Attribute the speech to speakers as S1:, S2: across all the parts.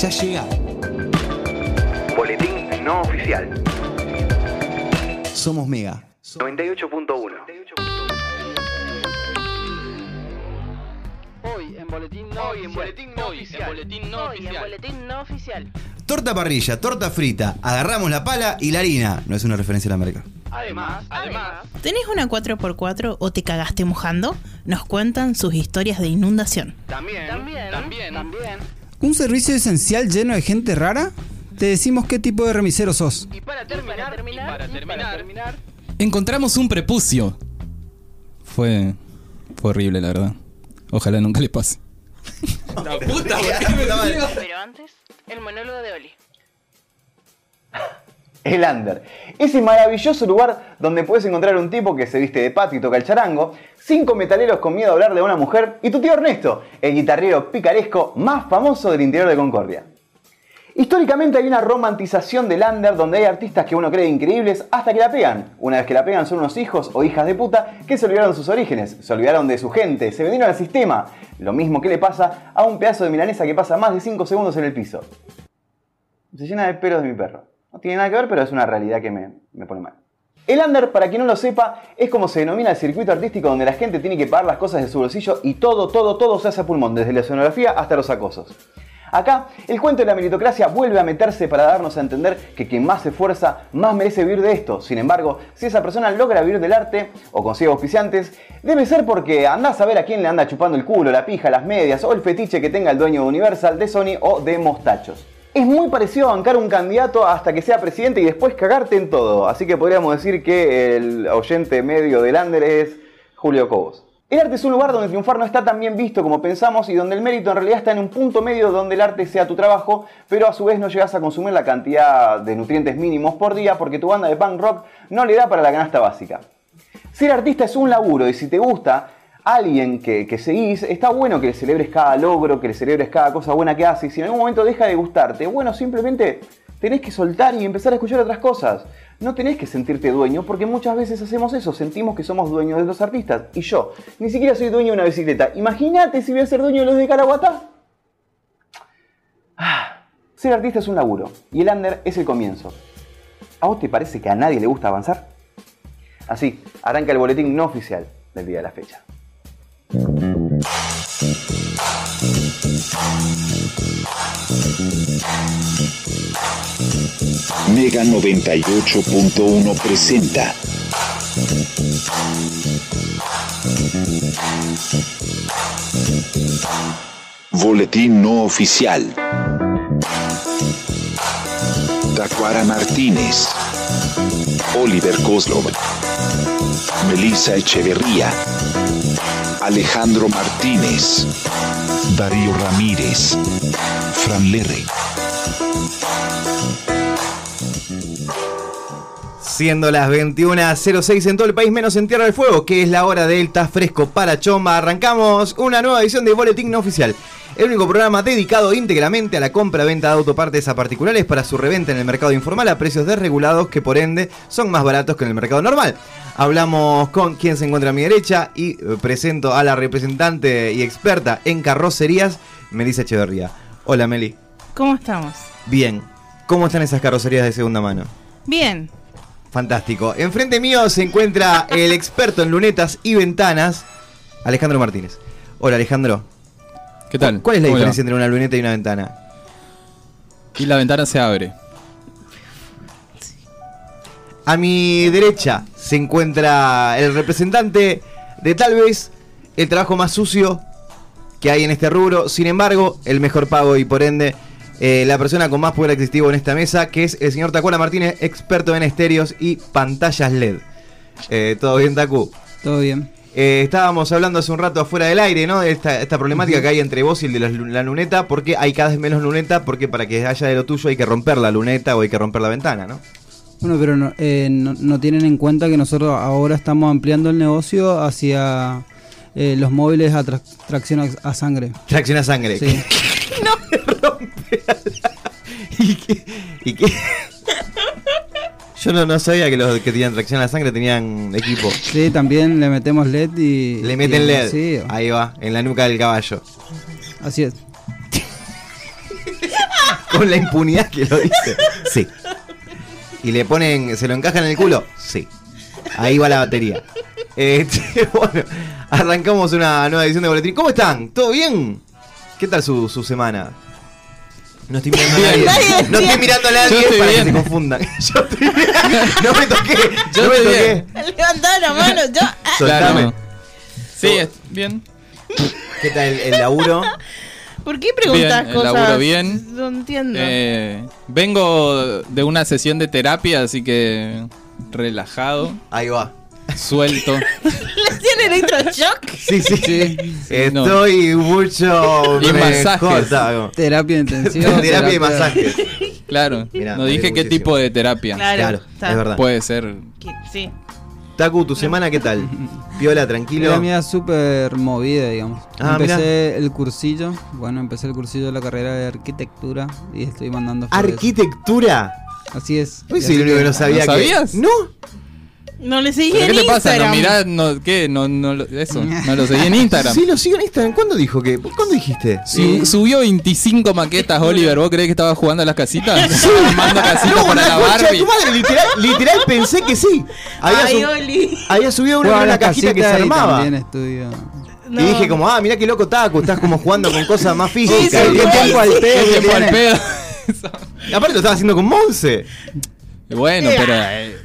S1: ya llega.
S2: Boletín no oficial.
S1: Somos Mega.
S2: 98.1.
S3: Hoy en boletín no
S4: Hoy en boletín no oficial. Hoy en boletín no oficial.
S1: Torta parrilla, torta frita, agarramos la pala y la harina. No es una referencia a la marca.
S3: Además, además,
S5: ¿Tenés una 4x4 o te cagaste mojando? Nos cuentan sus historias de inundación.
S3: también,
S4: También. ¿eh?
S3: también, también.
S6: ¿Un servicio esencial lleno de gente rara? Te decimos qué tipo de remisero sos.
S3: Y para terminar,
S4: para terminar,
S3: y para terminar,
S7: Encontramos un prepucio. Fue. Fue horrible, la verdad. Ojalá nunca le pase.
S4: Pero antes, el monólogo de Oli.
S8: El Under. Ese maravilloso lugar donde puedes encontrar un tipo que se viste de pato y toca el charango, cinco metaleros con miedo a hablarle a una mujer y tu tío Ernesto, el guitarrero picaresco más famoso del interior de Concordia. Históricamente hay una romantización del under donde hay artistas que uno cree increíbles hasta que la pegan. Una vez que la pegan son unos hijos o hijas de puta que se olvidaron de sus orígenes, se olvidaron de su gente, se vendieron al sistema. Lo mismo que le pasa a un pedazo de milanesa que pasa más de 5 segundos en el piso. Se llena de pelos de mi perro. No tiene nada que ver, pero es una realidad que me, me pone mal. El under, para quien no lo sepa, es como se denomina el circuito artístico donde la gente tiene que pagar las cosas de su bolsillo y todo, todo, todo se hace a pulmón, desde la escenografía hasta los acosos. Acá, el cuento de la meritocracia vuelve a meterse para darnos a entender que quien más se esfuerza, más merece vivir de esto. Sin embargo, si esa persona logra vivir del arte o consigue auspiciantes, debe ser porque anda a saber a quién le anda chupando el culo, la pija, las medias o el fetiche que tenga el dueño de Universal, de Sony o de Mostachos. Es muy parecido a bancar un candidato hasta que sea presidente y después cagarte en todo. Así que podríamos decir que el oyente medio del Ander es Julio Cobos. El arte es un lugar donde triunfar no está tan bien visto como pensamos y donde el mérito en realidad está en un punto medio donde el arte sea tu trabajo, pero a su vez no llegas a consumir la cantidad de nutrientes mínimos por día porque tu banda de punk rock no le da para la canasta básica. Ser artista es un laburo y si te gusta alguien que, que seguís, está bueno que le celebres cada logro, que le celebres cada cosa buena que haces. Si en algún momento deja de gustarte, bueno, simplemente tenés que soltar y empezar a escuchar otras cosas. No tenés que sentirte dueño porque muchas veces hacemos eso, sentimos que somos dueños de los artistas. Y yo, ni siquiera soy dueño de una bicicleta. Imagínate si voy a ser dueño de los de Caraguatá. Ah, ser artista es un laburo y el under es el comienzo. ¿A vos te parece que a nadie le gusta avanzar? Así, arranca el boletín no oficial del día de la fecha.
S9: Mega 98.1 presenta Boletín no oficial. Tacuara Martínez, Oliver Koslov, Melissa Echeverría, Alejandro Martínez, Darío Ramírez, Fran Lerre.
S8: Siendo las 21.06 en todo el país, menos en Tierra del Fuego, que es la hora del Taz Fresco para Choma, arrancamos una nueva edición de Boletín No Oficial. El único programa dedicado íntegramente a la compra-venta de autopartes a particulares para su reventa en el mercado informal a precios desregulados que por ende son más baratos que en el mercado normal. Hablamos con quien se encuentra a mi derecha y eh, presento a la representante y experta en carrocerías, Melissa Echeverría. Hola Meli.
S5: ¿Cómo estamos?
S8: Bien. ¿Cómo están esas carrocerías de segunda mano?
S5: Bien.
S8: Fantástico. Enfrente mío se encuentra el experto en lunetas y ventanas, Alejandro Martínez. Hola Alejandro.
S7: ¿Qué tal?
S8: ¿Cuál es la
S7: ¿Cómo le va?
S8: diferencia entre una luneta y una ventana?
S7: Y la ventana se abre.
S8: A mi derecha se encuentra el representante de tal vez el trabajo más sucio que hay en este rubro, sin embargo, el mejor pago y por ende eh, la persona con más poder adquisitivo en esta mesa, que es el señor Tacuara Martínez, experto en estéreos y pantallas LED. Eh, ¿Todo bien, Tacu?
S6: Todo bien.
S8: Eh, estábamos hablando hace un rato afuera del aire, ¿no? De esta, esta problemática que hay entre vos y el de la, lu- la luneta, porque hay cada vez menos luneta, porque para que haya de lo tuyo hay que romper la luneta o hay que romper la ventana, ¿no?
S6: Bueno, pero no, eh, no- no tienen en cuenta que nosotros ahora estamos ampliando el negocio hacia eh, los móviles a tra- tracción a, a sangre.
S8: Tracción a sangre.
S6: Sí.
S8: ¿Y qué? ¿Y qué? Yo no, no sabía que los que tenían tracción a sangre tenían equipo.
S6: Sí, también le metemos LED y...
S8: Le meten
S6: y-
S8: LED.
S6: Sí,
S8: Ahí va, en la nuca del caballo.
S6: así es.
S1: con la impunidad que lo dice. Sí. Y le ponen, se lo encajan en el culo. Sí. Ahí va la batería. Este, bueno, arrancamos una nueva edición de Boletín. ¿Cómo están? ¿Todo bien? ¿Qué tal su, su semana? No estoy mirando a nadie.
S5: Nadie
S1: No estoy
S5: bien.
S1: mirando a nadie
S7: Yo estoy
S1: para
S7: bien.
S1: que se confundan. Yo estoy bien. No me toqué.
S7: Yo
S1: no me
S7: estoy
S1: toqué.
S7: bien.
S5: Levantá la mano, yo. ah.
S1: Soltame.
S7: Claro. Sí, es- bien.
S1: ¿Qué tal el, el laburo?
S5: ¿Por qué preguntas
S7: Bien, el
S5: cosas?
S7: laburo bien.
S5: No entiendo.
S7: Eh, vengo de una sesión de terapia, así que relajado,
S1: Ahí va.
S7: suelto.
S5: ¿Le tiene electroshock?
S1: Sí, sí.
S7: no.
S1: Estoy mucho
S7: Y masajes.
S1: mejor, ¿sabes?
S6: Terapia intensiva.
S1: Terapia y masajes.
S7: Claro.
S1: Mirá,
S7: no
S1: me
S7: dije
S1: dio
S7: qué
S1: muchísimo.
S7: tipo de Pues- terapia.
S1: Claro,
S5: está.
S1: es verdad.
S7: Puede ser.
S5: Que- Sí.
S1: Taku, ¿tu semana qué tal? Piola, tranquilo.
S6: La mía es súper movida, digamos.
S1: Ah,
S6: empecé el cursillo, bueno, empecé el cursillo de la carrera de arquitectura y estoy mandando flores.
S1: ¿Arquitectura?
S6: Así es.
S1: Uy,
S6: Y
S1: soy
S6: así
S1: el único que no
S6: que-
S1: sabía
S7: ¿No
S1: que-
S7: sabías?
S1: ¿No?
S5: No le seguí
S7: ¿Pero
S5: en
S7: qué te pasa?
S5: Instagram.
S7: No, mirá, no, ¿qué? No, no, lo- eso. No lo seguí en Instagram.
S1: Sí, lo sigo en Instagram. ¿Cuándo dijo que? ¿Cuándo dijiste?
S7: Su- Subió 25 maquetas, Oliver. ¿Vos creés que estaba jugando a las casitas? Armando casitas
S1: No,
S7: para
S1: la
S7: la
S1: concha de
S7: Barbie.
S1: tu madre, literal, literal pensé que sí. Había,
S5: Ay,
S1: sub-
S5: Oli.
S1: había subido una,
S6: Juego a
S1: en una
S6: las
S1: cajita que se
S6: casitas y
S1: armaba.
S6: También estudio.
S5: No.
S1: Y dije como, ah, mirá qué loco Taku, estás como jugando con cosas más físicas.
S5: sí,
S1: Y-
S5: sí.
S6: tiempo al pedo
S7: Qué
S6: que
S7: tiempo al
S6: tiene.
S7: Este pedo.
S1: y aparte lo estaba haciendo con Monse.
S7: bueno, pero eh,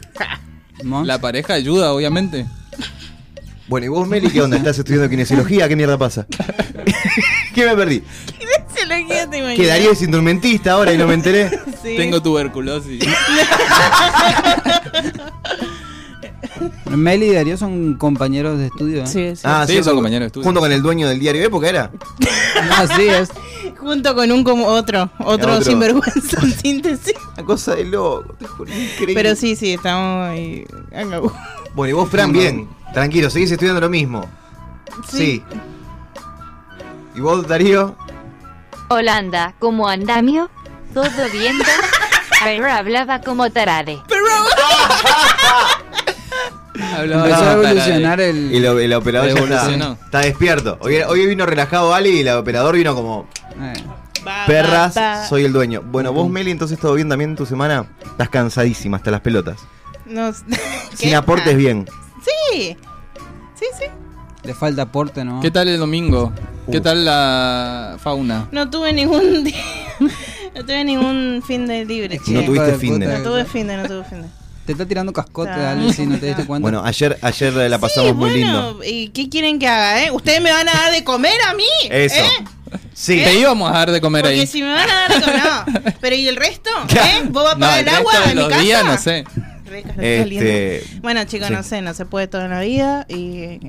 S6: Mon-
S7: la pareja ayuda, obviamente.
S1: Bueno, ¿y vos, Meli, qué onda? ¿Estás estudiando kinesiología? ¿Qué mierda pasa? ¿Qué me perdí?
S5: Se lo quiero, te imaginas.
S1: Que Darío es instrumentista ahora y no me enteré.
S5: Sí.
S7: Tengo tuberculosis.
S6: Meli y Darío son compañeros de estudio. ¿eh?
S5: Sí, sí.
S1: Ah,
S7: Sí,
S1: cierto,
S7: son compañeros de estudio.
S1: Junto con el dueño del diario Época, ¿era?
S6: Así es.
S5: Junto con un como otro, otro,
S1: Otro.
S5: sinvergüenza en síntesis.
S1: Una cosa de loco, te juro, increíble.
S5: Pero sí, sí, estamos ahí. acá.
S1: Bueno, y vos, Fran, bien. Tranquilo, seguís estudiando lo mismo. Sí. ¿Y vos, Darío?
S10: Holanda, como andamio, todo viendo. Pero hablaba como tarade.
S7: Hablaba
S6: Empezó a
S7: tarde.
S6: evolucionar el.
S1: Y lo- el operador ya está,
S7: Evolucionó.
S1: está despierto. Hoy, hoy vino relajado Ale y el operador vino como
S6: eh,
S5: Va,
S1: perras,
S5: va, va.
S1: soy el dueño. Bueno, vos, Meli, entonces todo bien también tu semana. Estás cansadísima hasta las pelotas.
S5: No-
S1: Sin
S5: ¿Qué? Ah,
S1: aportes bien.
S5: Sí. Sí, sí.
S6: le falta aporte, ¿no?
S7: ¿Qué tal el domingo? ¿Qué
S1: Uh.
S7: tal la fauna?
S5: No tuve ningún día. No tuve ningún fin de libre, che.
S1: No
S5: No,
S1: tuviste
S6: Hijo de
S1: fin de-
S6: puta.
S5: tuve fin de, no tuve fin de.
S6: Te está tirando cascote,
S5: Está
S6: dale,
S5: muy
S6: si no te diste
S5: complicado.
S6: cuenta.
S1: Bueno, ayer, ayer la pasamos
S5: sí,
S1: muy
S5: bueno,
S1: lindo.
S5: ¿Y qué quieren que haga, eh? ¿Ustedes me van a dar de comer a mí?
S1: Eso.
S5: ¿eh?
S1: Sí.
S7: Te íbamos a dar de comer
S5: Porque
S7: ahí.
S5: si me van a dar de comer, no. Pero ¿y el resto? ¿Eh? ¿Vos vas a
S7: No,
S5: pagar
S7: el
S5: el,
S7: resto
S5: agua
S7: de
S5: en mi
S7: los
S5: casa?
S7: días, no sé.
S5: Re- está
S1: Este,
S5: lindo. Bueno, chicos,
S1: sí.
S5: no sé, no se puede todo en la vida y...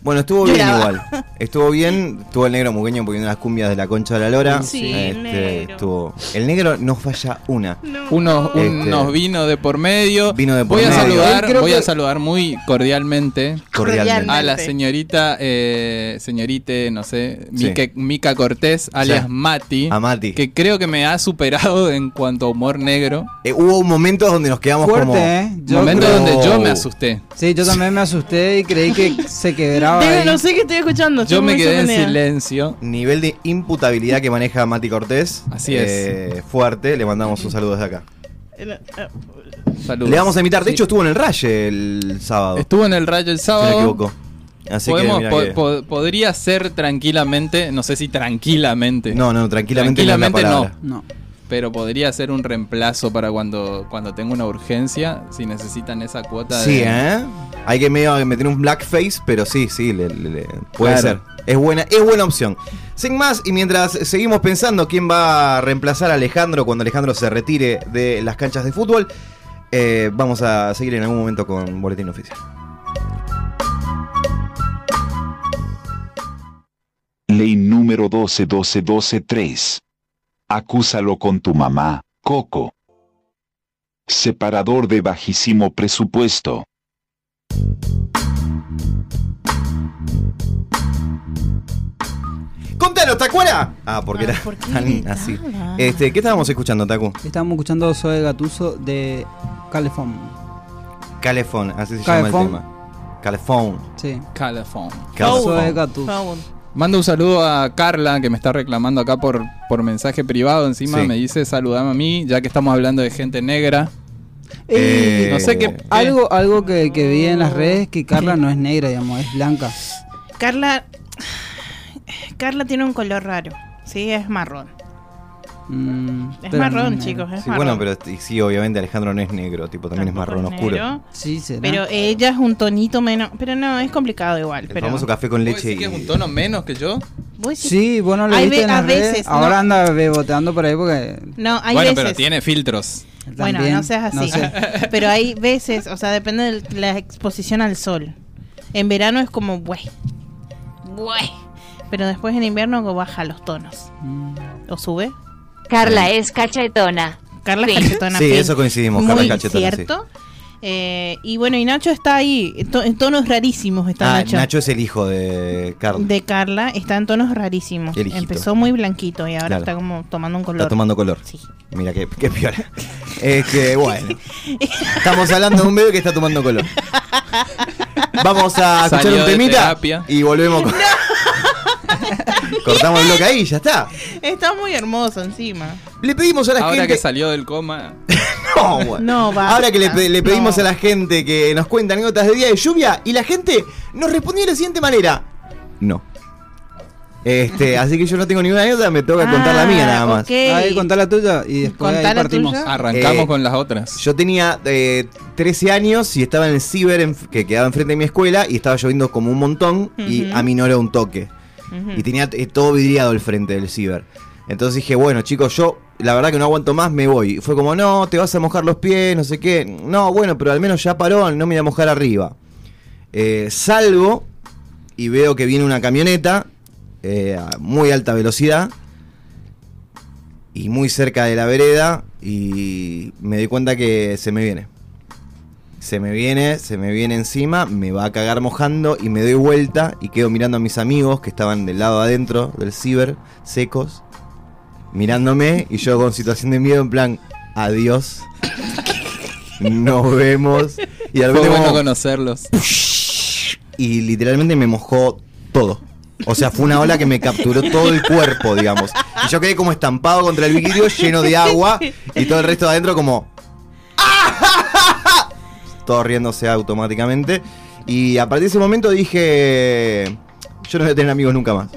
S1: Bueno, estuvo bien
S5: Lloraba.
S1: igual. Estuvo bien. Estuvo el negro mugueño poniendo las cumbias de la concha de la lora. Este,
S5: Sí, el negro.
S1: Estuvo. El negro no falla una.
S5: No.
S7: Unos,
S5: eh,
S1: Este-
S7: unos vinos de por medio.
S1: Vino de por
S7: voy
S1: medio.
S7: A saludar,
S6: Creo
S7: voy
S6: que-
S7: a saludar muy cordialmente
S1: Cordialmente.
S7: a la
S5: Cordialmente.
S7: señorita, eh, señorite, no sé,
S1: Sí.
S7: Mica, Mica Cortés, alias
S1: Sí.
S7: Mati,
S1: A Mati.
S7: que creo que me ha superado en cuanto a humor negro.
S1: Eh, hubo momentos donde nos quedamos
S6: Fuerte,
S1: como.
S6: ¿eh? Yo
S7: Momento
S1: creo-
S7: donde yo me asusté.
S6: Sí, yo también me asusté y creí que se quebraba.
S5: Digo,
S6: ahí.
S5: no sé qué estoy escuchando. estoy
S7: Yo me
S5: muy
S7: quedé en
S5: sorprendida.
S7: silencio.
S1: Nivel de imputabilidad que maneja Mati Cortés.
S7: Así es.
S1: Eh, fuerte. Le mandamos un saludo desde acá.
S5: Eh,
S7: Saludos.
S1: Le vamos a invitar. De
S7: Sí.
S1: hecho, estuvo en el Raye el sábado.
S7: estuvo en el rayo el
S1: si no
S7: sábado.
S1: me equivoco. Así
S7: Podemos-
S1: que, mirá
S7: po-
S1: que-
S7: po- podría ser tranquilamente, no sé si tranquilamente.
S1: No, no, tranquilamente,
S7: Tranquilamente
S1: no. es la
S7: no.
S1: palabra.
S6: No.
S7: Pero podría ser un reemplazo para cuando, cuando tengo una urgencia, si necesitan esa cuota
S1: Sí,
S7: de...
S1: ¿eh? Hay que medio meter un blackface, pero sí, sí, le- le- le-
S7: Claro.
S1: puede ser. Es buena, es buena opción. Sin más, y mientras seguimos pensando quién va a reemplazar a Alejandro cuando Alejandro se retire de las canchas de fútbol, eh, vamos a seguir en algún momento con Boletín Oficial.
S9: Ley número 1212123. Acúsalo con tu mamá, Coco. Separador de bajísimo presupuesto.
S1: ¡Contanos, Tacuara! Ah, porque
S5: Ah,
S1: era
S5: ¿por qué
S1: tan
S5: gritaba?
S1: así. Este, ¿Qué estábamos escuchando, Tacu?
S6: Estábamos escuchando Zoe Gatuso de Calefón.
S1: Calefón, así se llama el
S6: Calefón.
S1: tema. Calefón.
S6: Sí.
S7: Calafón.
S5: Phone.
S6: Zoe
S1: Calefón.
S6: Gatuso.
S5: Phone.
S7: Mando un saludo a Carla, que me está reclamando acá por, por mensaje privado. Encima
S1: Sí.
S7: me dice saludame a mí, ya que estamos hablando de gente negra.
S6: Eh,
S7: no sé qué.
S6: Algo, algo que, que vi en las redes que Carla no es negra, digamos, es blanca.
S5: Carla. Carla tiene un color raro. Sí, es marrón.
S6: Mm,
S5: Es
S6: pero
S5: marrón,
S6: no-
S5: chicos, es
S1: Sí,
S5: marrón.
S1: bueno, pero t- sí, obviamente Alejandro no es negro, tipo, también es marrón
S5: es
S1: oscuro.
S5: negro.
S6: Sí, será.
S5: Pero ella es un tonito menos. Pero no, es complicado igual.
S1: El
S5: pero...
S1: famoso café con leche
S7: que es un
S1: y.
S7: tono menos que yo?
S5: Vos decís-
S6: Sí, vos no lo
S5: Hay
S6: viste
S5: ve-
S6: en
S5: a
S6: las redes.
S5: veces, no.
S6: Ahora anda beboteando por ahí porque
S5: No, hay
S7: bueno,
S5: veces.
S7: pero tiene filtros.
S5: Bueno,
S6: también,
S5: no seas
S6: no
S5: así.
S6: sé.
S5: Pero hay veces, o sea, depende de la exposición al sol. En verano es como, güey. Güey. Pero después en invierno como baja los tonos.
S6: Mm.
S5: ¿O sube?
S10: Carla es cachetona.
S5: Carla
S10: Sí.
S5: Cachetona.
S1: Sí,
S5: Fil.
S1: eso coincidimos, Carla
S5: Muy
S1: Cachetona, sí.
S5: cierto. Eh, y bueno, y Nacho está ahí. en to- En tonos rarísimos está
S1: Ah,
S5: Nacho.
S1: Nacho es el hijo de Carla.
S5: De Carla está en tonos rarísimos.
S1: El hijito.
S5: Empezó muy blanquito y ahora
S1: Claro.
S5: está como tomando un color.
S1: Está tomando color.
S5: Sí.
S1: Mira qué, qué piola. Este, bueno. Estamos hablando de un bebé que está tomando color. Vamos a escuchar
S7: Salió
S1: un
S7: de
S1: temita
S7: terapia.
S1: y volvemos con. Cortamos el bloque ahí, ya está.
S5: Está muy hermoso encima.
S1: Le pedimos a la
S7: Ahora
S1: gente.
S7: que salió del coma.
S1: No, bueno.
S5: No, basta.
S1: Ahora que le, pe- le pedimos
S5: No.
S1: a la gente que nos cuente anécdotas de día de lluvia y la gente nos respondió de la siguiente manera. No. Este, así que yo no tengo ninguna anécdota, me toca contar la mía nada más.
S5: Ah,
S1: Ah,
S5: ok.
S6: Ahí contá la tuya y después
S5: Contá
S6: ahí
S5: la
S6: partimos.
S5: tuya.
S7: Arrancamos
S1: Eh,
S7: con las otras.
S1: Yo tenía eh, 13 años y estaba en el ciber en- que quedaba enfrente de mi escuela y estaba lloviendo como un montón y
S5: Ujú.
S1: aminoré un toque. Y tenía eh, todo vidriado el frente del ciber. Entonces dije, bueno, chicos, yo la verdad que no aguanto más, me voy. Y fue como, no, te vas a mojar los pies, no sé qué. No, bueno, pero al menos ya paró, no me voy a mojar arriba. Eh, salgo y veo que viene una camioneta eh, a muy alta velocidad y muy cerca de la vereda y me doy cuenta que se me viene. Se me viene, se me viene encima, me va a cagar mojando y me doy vuelta y quedo mirando a mis amigos que estaban del lado adentro del ciber, secos, mirándome y yo con situación de miedo en plan, adiós, nos vemos. Y
S7: Fue
S1: de repente
S7: bueno
S1: como-
S7: conocerlos.
S1: y literalmente me mojó todo. O sea, fue una ola que me capturó todo el cuerpo, digamos. Y yo quedé como estampado contra el vidrio, lleno de agua, y todo el resto de adentro como... ¡Ah! Todo riéndose automáticamente. Y a partir de ese momento dije... Yo no voy a tener amigos nunca más.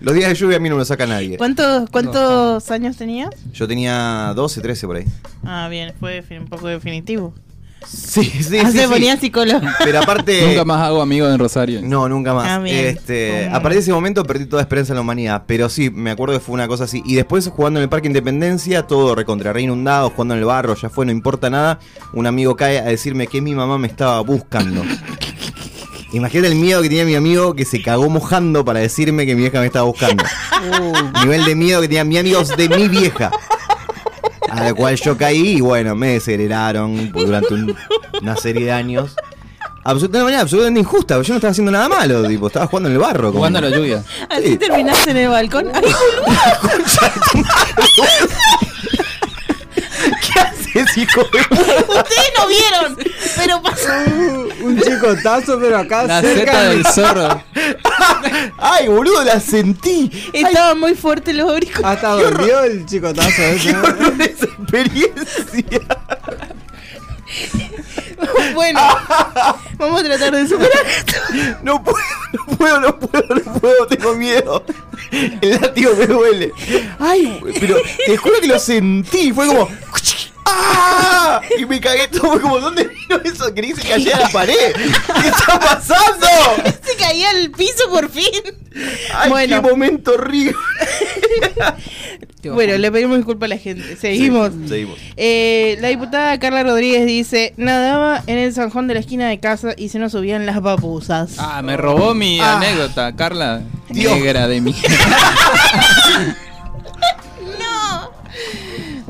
S1: Los días de lluvia a mí no me los saca nadie.
S5: ¿Cuántos, cuántos años tenías?
S1: Yo tenía 12, 13 por ahí.
S5: Ah, bien, fue fi- un poco definitivo.
S1: Sí, sí,
S5: ah,
S1: sí,
S5: se
S1: sí.
S5: ponía psicólogo.
S1: Pero aparte...
S7: Nunca más hago amigos en Rosario.
S1: Eh. No, nunca más.
S5: Ah, bien.
S1: este,
S5: Mm.
S1: A partir de ese momento perdí toda esperanza en la humanidad. Pero sí, me acuerdo que fue una cosa así. Y después jugando en el Parque Independencia, todo recontra reinundado, jugando en el barro, ya fue, no importa nada. Un amigo cae a decirme que mi mamá me estaba buscando. Imagínate el miedo que tenía mi amigo que se cagó mojando para decirme que mi vieja me estaba buscando.
S6: Uh,
S1: Nivel de miedo que tenía mi amigo de mi vieja. A la cual yo caí y bueno, me deceleraron durante un- una serie de años. Absolut- de una manera absolutamente injusta, porque yo no estaba haciendo nada malo, tipo, estaba jugando en el barro. como-
S7: Jugando a la lluvia.
S5: Así terminaste en el balcón. Ay,
S1: ¿Qué haces, hijo de puta?
S5: ustedes no vieron, pero pasó.
S6: Un chicotazo, pero acá
S7: La
S6: cerca
S7: seta
S6: de-
S7: del zorro.
S1: Ay, boludo, la sentí. Ay,
S5: Estaban muy fuertes los auriculares.
S6: Hasta dolió el chicotazo ese.
S1: qué
S6: ¿no?
S1: horror esa experiencia.
S5: Bueno, vamos a tratar de superar esto.
S1: No puedo, no puedo, no puedo, no puedo, tengo miedo. El látigo me duele. Ay, pero te juro que lo sentí, fue como. ¡Ah! Y me cagué todo, fue como, ¿dónde vino eso? Creí que se cayera la pared. ¿Qué está pasando?
S5: Se caía al piso por fin.
S1: Ay,
S5: Bueno.
S1: qué momento horrible.
S5: Bueno, le pedimos disculpas a la gente. Seguimos.
S1: Seguimos.
S5: Eh, la diputada Carla Rodríguez dice: Nadaba en el zanjón de la esquina de casa y se nos subían las babusas.
S7: Ah, me robó mi
S5: Ah.
S7: anécdota, Carla.
S1: Dios.
S7: Negra de mí.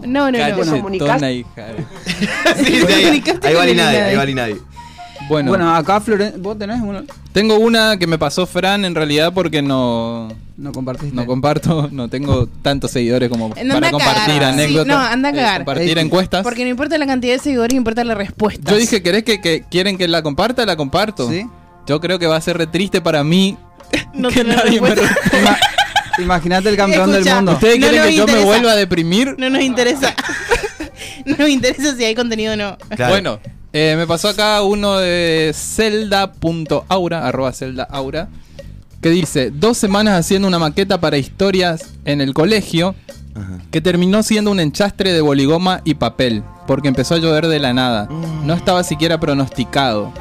S5: No, no, no.
S7: Cachetona, hija. de-
S1: Sí, sí, ahí,
S5: Comunicaste
S1: ahí
S5: con
S1: vale
S5: el
S1: nadie,
S5: Inadi.
S1: ahí vale nadie.
S7: Bueno,
S6: Bueno, acá Floren, vos tenés uno.
S7: tengo una que me pasó Fran en realidad porque no,
S6: No compartiste.
S7: no comparto, no tengo tantos seguidores como
S5: No, anda
S7: para
S5: a
S7: compartir
S5: cagar.
S7: anécdotas.
S5: Sí, no, anda a
S7: eh,
S5: cagar.
S7: compartir
S6: Ey,
S7: encuestas.
S5: Porque no importa la cantidad de seguidores, importa la respuesta.
S7: Yo dije, ¿querés que, que- quieren que la comparta? La comparto.
S6: Sí.
S7: Yo creo que va a ser re triste para mí
S5: No
S7: que
S5: tenés
S7: nadie me
S5: respuesta.
S7: responda.
S6: Imagínate el campeón del
S5: Escucha,
S6: mundo.
S7: ¿Ustedes
S5: No
S7: quieren
S5: nos
S7: que yo me
S5: interesa.
S7: vuelva a deprimir?
S5: No nos interesa. no nos interesa si hay contenido o no.
S1: Claro.
S7: Bueno, eh, me pasó acá uno de celda.aura, arroba celda.aura, que dice, dos semanas haciendo una maqueta para historias en el colegio,
S1: Ajá.
S7: que terminó siendo un enchastre de boligoma y papel, porque empezó a llover de la nada.
S1: Mm.
S7: No estaba siquiera pronosticado.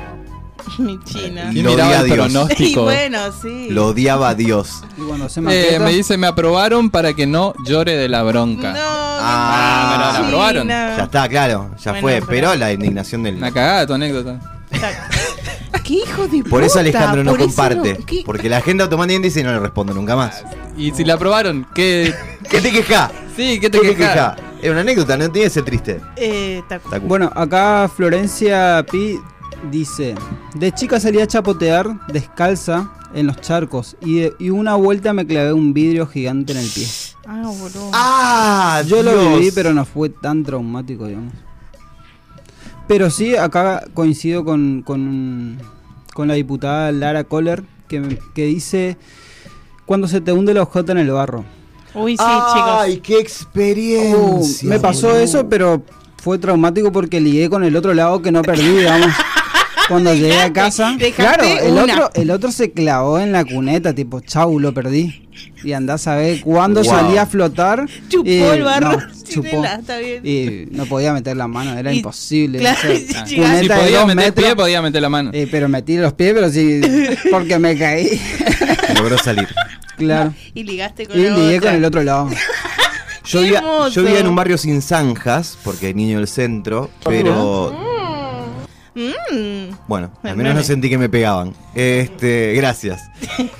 S5: Mi china.
S1: Y
S7: ¿Quién
S1: lo
S7: miraba
S1: di a
S7: el
S1: Dios.
S5: Y
S7: pronóstico?
S5: bueno, sí.
S1: Lo odiaba a Dios.
S6: Y cuando se
S7: Eh,
S6: maqueta,
S7: me dice, me aprobaron para que no llore de la bronca.
S5: No,
S1: Ah,
S5: no,
S1: pero la
S7: aprobaron.
S5: China.
S1: Ya está, claro, ya
S5: Bueno,
S1: fue.
S5: pero-
S1: Pero... la indignación del.
S7: Una cagada tu anécdota.
S5: ¿Qué hijo de
S1: Por eso
S5: puta?
S1: Alejandro no
S5: Por eso
S1: comparte.
S5: ¿qué?
S1: Porque la agenda automáticamente dice no le respondo nunca más.
S7: Y si la aprobaron, ¿qué?
S1: ¿Qué te queja?
S7: Sí, ¿qué
S1: ¿Qué
S7: te
S1: te
S7: quejas?
S1: queja? Era una anécdota, no tiene que ser triste.
S5: Eh, tacu.
S1: Tacu.
S6: Bueno, acá Florencia Pi dice: De chica salí a chapotear descalza en los charcos y, de- y una vuelta me clavé un vidrio gigante en el pie.
S5: Ah, boludo.
S1: Ah,
S6: Yo lo
S1: Dios.
S6: viví, pero no fue tan traumático, digamos. Pero sí, acá coincido con, con, con la diputada Lara Kohler, que, que dice, cuando se te hunde la hojota en el barro.
S5: Uy, sí,
S1: Ay,
S5: chicos.
S1: qué experiencia.
S6: Uh, me pasó
S1: boludo.
S6: eso, pero fue traumático porque ligué con el otro lado que no perdí, digamos. Cuando llegué a casa, claro,
S5: dejaste
S6: el
S5: una.
S6: otro, el otro se clavó en la cuneta, tipo, chau, lo perdí. Y andás a ver cuándo
S1: Wow.
S6: salí a flotar.
S5: Chupó
S6: y-
S5: el barro.
S6: no,
S5: Sí,
S6: chupó.
S5: nena, está bien.
S6: Y no podía meter la mano, era
S5: Y-
S6: imposible.
S5: claro,
S6: o sea,
S5: sí,
S6: ah,
S5: sí,
S6: cuneta
S7: Si
S6: de
S7: podía
S6: dos
S7: meter el
S6: metros,
S7: pie, podía meter la mano.
S6: eh, pero metí los pies, pero sí, porque me caí.
S1: Logró salir.
S6: claro.
S5: Y ligaste con
S6: Y
S5: la
S6: ligué
S5: otra.
S6: con el otro lado.
S1: Yo
S5: ¡Qué
S1: vivía,
S5: hermoso!
S1: yo vivía en un barrio sin zanjas, porque niño del centro, pero
S5: Mm.
S1: bueno, al
S5: El
S1: menos no
S5: meme.
S1: sentí que me pegaban. Este, gracias.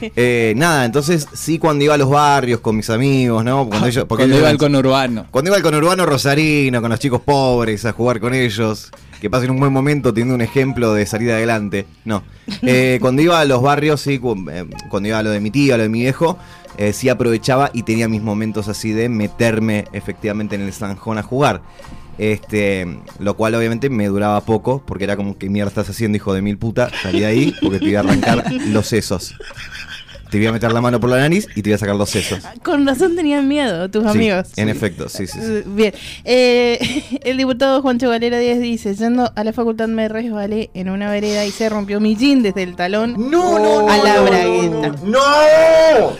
S1: Eh, nada, entonces sí cuando iba a los barrios con mis amigos, ¿no? Cuando, ellos- porque
S7: Ah, Cuando
S1: ellos-
S7: iba al conurbano.
S1: cuando iba al conurbano rosarino, con los chicos pobres, a jugar con ellos, que pasen un buen momento teniendo un ejemplo de salir adelante. No. Eh, cuando iba a los barrios, sí, cu- eh, cuando iba a lo de mi tío, a lo de mi viejo, eh, sí aprovechaba y tenía mis momentos así de meterme efectivamente en el zanjón a jugar. Este, lo cual obviamente me duraba poco, porque era como que mierda estás haciendo, hijo de mil puta, salí de ahí porque te iba a arrancar los sesos. Te iba a meter la mano por la nariz y te iba a sacar los sesos.
S5: Con razón tenían miedo tus
S1: Sí,
S5: amigos.
S1: En efecto, sí, sí. sí.
S5: Eh, Bien. Eh, el diputado Juancho Valera Díaz dice: Yendo a la facultad me resbalé en una vereda y se rompió mi jean desde el talón a la bragueta.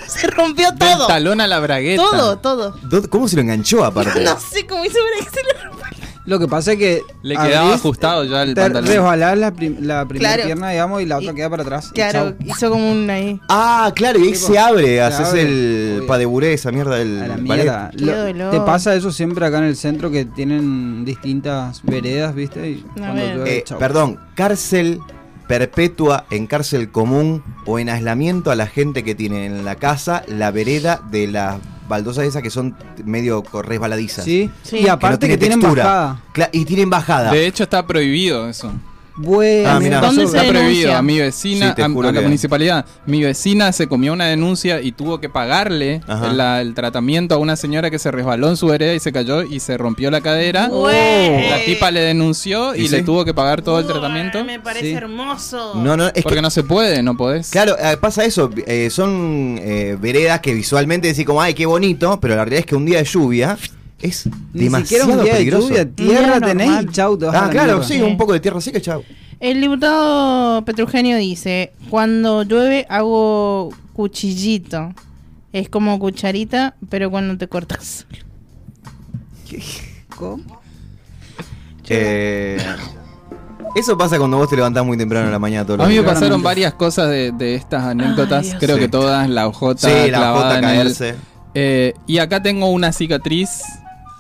S5: Se rompió
S7: Del
S5: todo.
S7: talón a la bragueta.
S5: Todo, todo.
S1: Do- ¿Cómo se lo enganchó aparte?
S5: No sé cómo hizo para que se le rompa.
S6: Lo que pasa es que.
S7: Le quedaba
S6: abrís,
S7: ajustado ya el
S6: te
S7: pantalón.
S6: resbalás la, prim- la primera
S5: Claro.
S6: pierna, digamos, y la otra
S5: Y-
S6: queda para atrás. y
S5: Claro,
S6: chau.
S5: hizo como un ahí.
S1: Ah, claro, y ahí
S6: Sí,
S1: se
S6: po.
S1: abre,
S6: Se
S1: haces
S6: abre,
S1: el
S6: obvio.
S1: padeburé, esa mierda del
S6: A la
S1: ballet.
S6: mierda.
S5: Qué
S6: Lo-
S5: dolor.
S6: te pasa eso siempre acá en el centro que tienen distintas veredas, ¿viste? Y cuando
S5: ver.
S6: llueve,
S1: Eh,
S6: chau.
S1: perdón, cárcel perpetua en cárcel común o en aislamiento a la gente que tiene en la casa la vereda de las baldosas esas que son medio co- resbaladizas.
S6: Sí.
S5: Sí.
S6: Y aparte que, tienen
S1: textura.
S6: bajada.
S1: Cla- y tienen bajada.
S7: De hecho, está prohibido eso.
S6: Bueno,
S1: Ah, mirá.
S5: ¿Dónde se
S7: Está
S5: denuncia?
S7: prohibido a mi vecina,
S1: Sí, te
S7: a,
S1: juro
S7: a la
S1: que-
S7: municipalidad. Mi vecina se comió una denuncia y tuvo que pagarle
S1: Ajá.
S7: la- el tratamiento a una señora que se resbaló en su vereda y se cayó y se rompió la cadera.
S5: Güey.
S7: La tipa le denunció y,
S1: Oh. ¿Y
S7: le
S1: sí?
S7: tuvo que pagar todo el
S5: Uah,
S7: tratamiento.
S5: Me parece
S6: Sí.
S5: hermoso.
S1: No, no, es
S7: porque
S1: que
S7: no se puede, no podés.
S1: Claro, eh, pasa eso, eh, son eh, veredas que visualmente decís como, ay, qué bonito, pero la realidad es que un día de lluvia es
S6: ni
S1: demasiado
S6: siquiera un día
S1: peligroso.
S6: de lluvia, tierra
S5: día
S6: tenés
S5: normal.
S6: y chau, te vas a
S1: Ah,
S6: la
S1: claro,
S6: mierda.
S1: sí, un poco de tierra seca, chao.
S5: El diputado Petrugenio dice, cuando llueve hago cuchillito. Es como cucharita, pero cuando te cortas.
S6: ¿Cómo?
S1: Eh, eso pasa cuando vos te levantás muy temprano en la mañana todos los
S7: A mí me
S1: días.
S7: pasaron varias cosas de, de estas anécdotas,
S5: Dios.
S7: creo
S1: Sí.
S7: que todas, la ojota
S1: Sí, la
S7: clavada
S1: jota
S7: en el-
S1: caerse.
S7: Eh, y acá tengo una cicatriz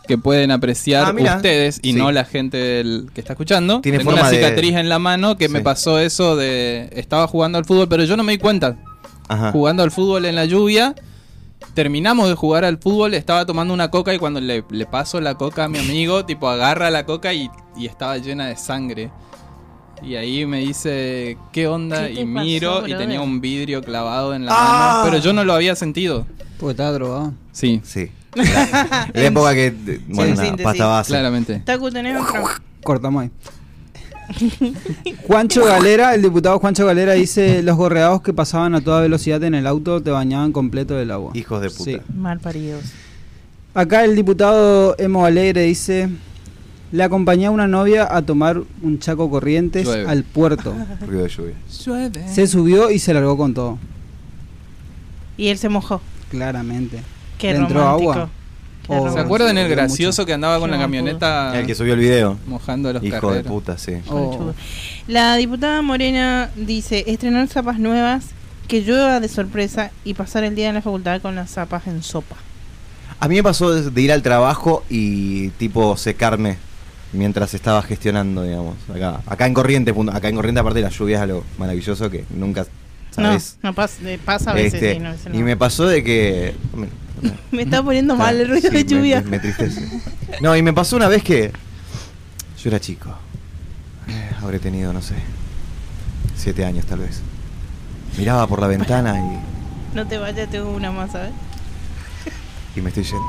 S7: que pueden apreciar
S1: Ah, mirá.
S7: ustedes y
S1: Sí.
S7: no la gente del- que está escuchando.
S1: Tiene
S7: tengo
S1: forma
S7: una
S1: de-
S7: cicatriz en la mano que me
S1: Sí.
S7: pasó eso de estaba jugando al fútbol, pero yo no me di cuenta.
S1: Ajá.
S7: Jugando al fútbol en la lluvia. Terminamos de jugar al fútbol, estaba tomando una coca y cuando le, le paso la coca a mi amigo, tipo agarra la coca y, y estaba llena de sangre. Y ahí me dice, ¿qué onda?
S5: ¿Qué te
S7: y miro
S5: pasó,
S7: y
S5: brother?
S7: tenía un vidrio clavado en la
S1: Ah.
S7: mano, pero yo no lo había sentido.
S6: Porque estaba drogado.
S7: Sí,
S1: Sí. La, la época que. eh, Bueno,
S5: en
S1: nada,
S5: síntesis.
S1: pasta base.
S7: claramente.
S5: Taku, tenés otro.
S6: Cortamos ahí. Juancho Galera, el diputado Juancho Galera dice, los gorreados que pasaban a toda velocidad en el auto te bañaban completo del agua.
S1: Hijos de puta.
S6: Sí.
S5: Mal paridos.
S6: Acá el diputado Emo Alegre dice, le acompañé a una novia a tomar un chaco corrientes
S1: Llueve.
S6: al puerto.
S1: Ruido de lluvia.
S7: Llueve.
S6: Se subió y se largó con todo,
S5: Y él se mojó.
S6: claramente.
S5: Qué
S6: ¿Le entró
S5: romántico.
S6: agua?
S5: Qué
S6: Oh,
S1: Ah,
S5: romántico.
S7: ¿Se acuerdan el
S6: Mucho.
S7: gracioso que andaba con
S5: Qué
S7: la
S5: boludo.
S7: camioneta
S1: El que subió el video.
S7: mojando los
S1: Hijo de
S7: carreros?
S1: puta, sí.
S6: Oh.
S5: La diputada Morena dice estrenar zapas nuevas, que llueva de sorpresa y pasar el día en la facultad con las zapas en sopa.
S1: A mí me pasó de de ir al trabajo y tipo secarme mientras estaba gestionando, digamos. Acá, acá en Corrientes, punto- acá en Corrientes aparte la lluvia es algo maravilloso que nunca sabes.
S5: No, no pasa, eh, pasa a veces.
S1: Este,
S5: sí, no, a veces no.
S1: Y me pasó de que... me-
S5: Me está poniendo mal el ruido
S1: Sí,
S5: de
S1: me-
S5: lluvia.
S1: Me, me entristece. No, y me pasó una vez que yo era chico. Eh, Habré tenido, no sé, siete años tal vez. Miraba por la ventana y,
S5: No te vayas, tengo una más, ¿sabes?
S1: y me estoy yendo.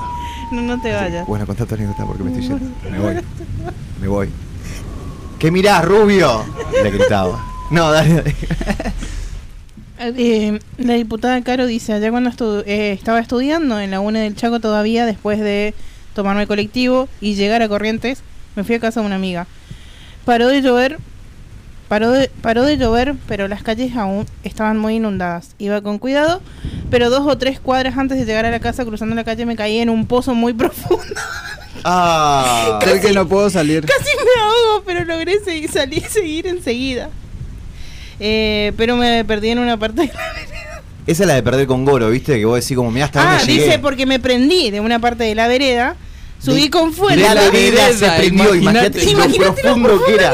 S5: No, no te vayas.
S1: Bueno, contá tu anécdota porque me estoy yendo. Me voy. Me voy. ¿Qué mirás, rubio? Le gritaba. No, dale. dale.
S5: Eh, la diputada Caro dice, allá cuando estu- eh, estaba estudiando en la UNE del Chaco todavía, después de tomarme el colectivo y llegar a Corrientes, me fui a casa de una amiga. Paró de llover, paró de, paró de llover, pero las calles aún estaban muy inundadas. Iba con cuidado, pero dos o tres cuadras antes de llegar a la casa, cruzando la calle, me caí en un pozo muy profundo.
S1: Ah,
S6: Creo que no puedo salir.
S5: Casi me ahogo, pero logré seguir, salir, seguir enseguida. Eh, pero me perdí en una parte de la
S1: esa es la de perder con Goro, ¿viste? Que vos decís como, mirá hasta
S5: Ah,
S1: dónde llegué.
S5: dice porque me prendí de una parte de la vereda, subí
S1: De-
S5: con
S1: de
S5: fuerza.
S1: la vereda se
S7: vereda,
S1: prendió,
S7: imagínate.
S1: imagínate lo
S5: Imagínate lo
S1: profundo que era.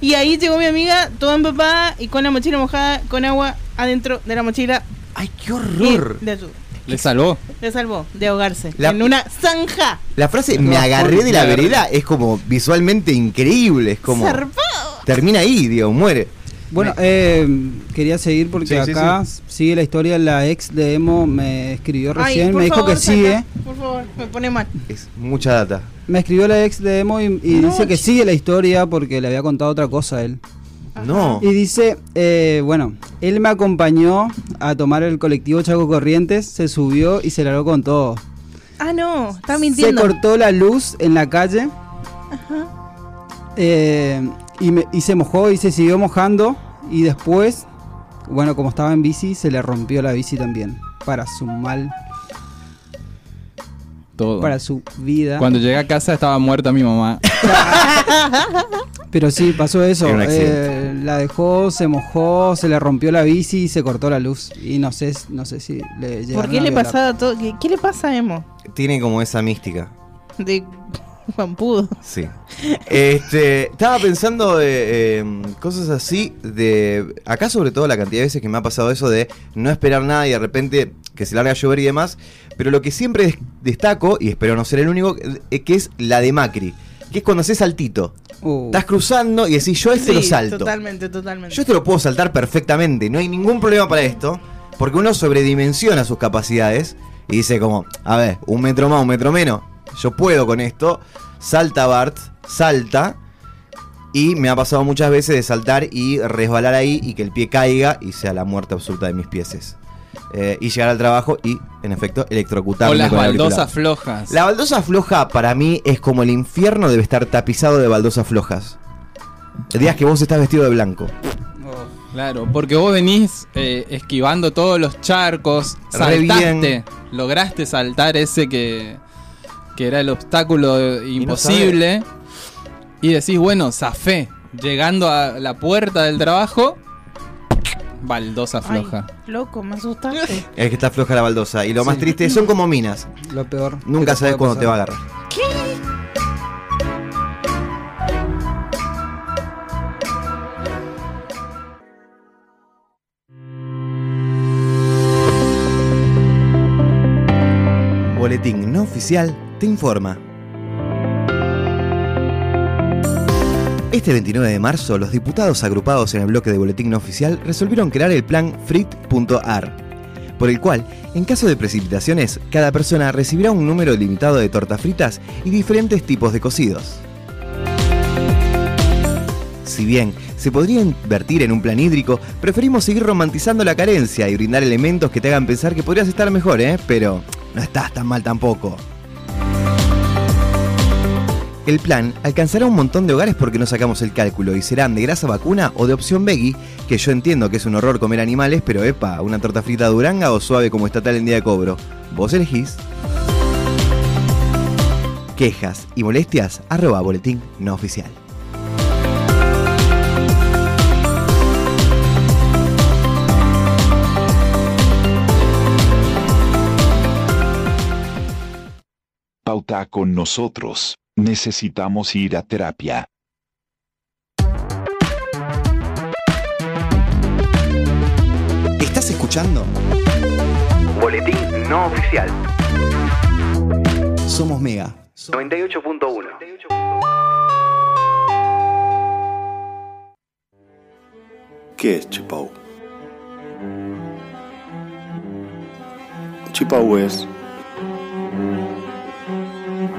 S5: Y ahí llegó mi amiga, toda empapada y con la mochila mojada, con agua adentro de la mochila.
S1: Ay, qué
S5: y
S1: horror.
S5: le ayudó.
S7: Le salvó.
S5: Le salvó de ahogarse
S1: La-
S5: en una zanja.
S1: La frase
S6: No,
S1: me agarré de la
S6: me agarré.
S1: vereda es como visualmente increíble, es como
S5: Zarpado.
S1: termina ahí, digo, muere.
S6: Bueno, eh, quería seguir porque
S1: Sí, sí,
S6: acá sigue la historia. La ex de Emo me escribió
S5: Ay,
S6: recién,
S5: por
S6: me dijo
S5: favor,
S6: que
S5: saca,
S6: sigue.
S1: ¿eh?
S5: Por favor, me pone mal.
S1: Es mucha data.
S6: Me escribió la ex de Emo y, y
S5: No,
S6: dice que
S5: ch-
S6: sigue la historia porque le había contado otra cosa a él.
S1: No.
S6: Y dice, eh, bueno, él me acompañó a tomar el colectivo Chaco Corrientes, se subió y se largó con todo.
S5: Ah, no, está
S6: Se
S5: mintiendo.
S6: cortó la luz en la calle Eh, y, me- y se mojó y se siguió mojando y después, bueno, como estaba en bici, se le rompió la bici también. Para su mal,
S7: Todo.
S6: para su vida.
S7: Cuando llegué a casa estaba muerta mi mamá.
S6: Pero sí, pasó eso.
S1: Era un accidente.
S6: Eh, la dejó, se mojó, se le rompió la bici y se cortó la luz. Y no sé, no sé si le llegaron
S5: ¿Por qué
S6: a
S5: le
S6: violar.
S5: pasaba todo? ¿Qué, qué le pasa a Emo?
S1: Tiene como esa mística.
S5: De Juan Pudo.
S1: Sí. Este, estaba pensando de eh, cosas así de acá sobre todo la cantidad de veces que me ha pasado eso de no esperar nada y de repente que se larga a llover y demás, pero lo que siempre des- destaco y espero no ser el único eh, que es la de Macri, que es cuando haces saltito.
S6: Uh,
S1: Estás cruzando y decís, "Yo este lo
S5: Sí,
S1: salto."
S5: Totalmente, totalmente.
S1: Yo este lo puedo saltar perfectamente, no hay ningún problema para esto, porque uno sobredimensiona sus capacidades y dice como, a ver, un metro más, un metro menos, yo puedo con esto, salta Bart, salta, y me ha pasado muchas veces de saltar y resbalar ahí y que el pie caiga y sea la muerte absoluta de mis pieses. Eh, y llegar al trabajo y, en efecto, electrocutarme
S7: o las
S1: con el auricular.
S7: baldosas flojas.
S1: La baldosa floja para mí es como el infierno debe estar tapizado de baldosas flojas. Días que vos estás vestido de blanco.
S6: oh.
S7: Claro, porque vos venís eh, esquivando todos los charcos,
S1: Re
S7: saltaste,
S1: bien.
S7: lograste saltar ese que, que era el obstáculo eh, imposible. Y, decís, bueno, zafé, llegando a la puerta del trabajo, baldosa
S5: Ay,
S7: floja.
S5: loco, me asustaste.
S1: Es que está floja la baldosa. Y lo más
S6: Sí.
S1: triste son como minas.
S6: Lo peor.
S1: Nunca
S6: que
S1: sabes
S6: puede
S1: cuándo te va a
S6: pasar.
S1: agarrar. Boletín no oficial te informa. Este 29 de marzo, los diputados agrupados en el bloque de Boletín no oficial resolvieron crear el plan FRIT.ar, por el cual, en caso de precipitaciones, cada persona recibirá un número limitado de tortas fritas y diferentes tipos de cocidos. Si bien se podría invertir en un plan hídrico, preferimos seguir romantizando la carencia y brindar elementos que te hagan pensar que podrías estar mejor, ¿eh? Pero no estás tan mal tampoco. El plan alcanzará un montón de hogares porque no sacamos el cálculo y serán de grasa vacuna o de opción veggie, que yo entiendo que es un horror comer animales, pero epa, una torta frita duranga o suave como estatal en día de cobro. Vos elegís. Quejas y molestias arroba boletín no oficial.
S9: Pauta con nosotros. Necesitamos ir a terapia.
S1: ¿Estás escuchando?
S2: Boletín no oficial.
S1: Somos Mega.
S2: 98.1.
S11: ¿Qué es Chipau? Chipau es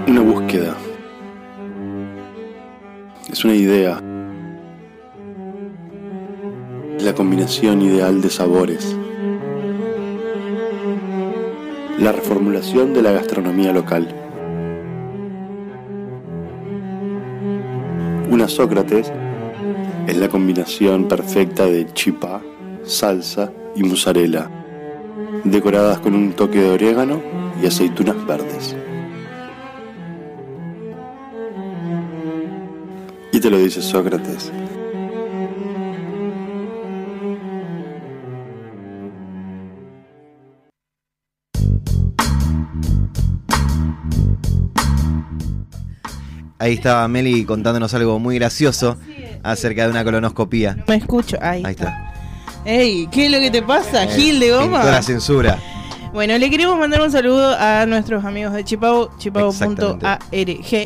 S11: una búsqueda, es una idea, es la combinación ideal de sabores, la reformulación de la gastronomía local. Una Sócrates es la combinación perfecta de chipá, salsa y mozzarella, decoradas con un toque de orégano y aceitunas verdes. Y te lo dice Sócrates.
S1: Ahí estaba Meli contándonos algo muy gracioso acerca de una colonoscopía.
S5: Me escucho. Ahí,
S1: Ahí está.
S5: Ey, ¿qué es lo que te pasa,
S1: Eh,
S5: Gil de
S1: en Toda
S5: goma?
S1: la censura.
S5: Bueno, le queremos mandar un saludo a nuestros amigos de Chipao, chipao.arg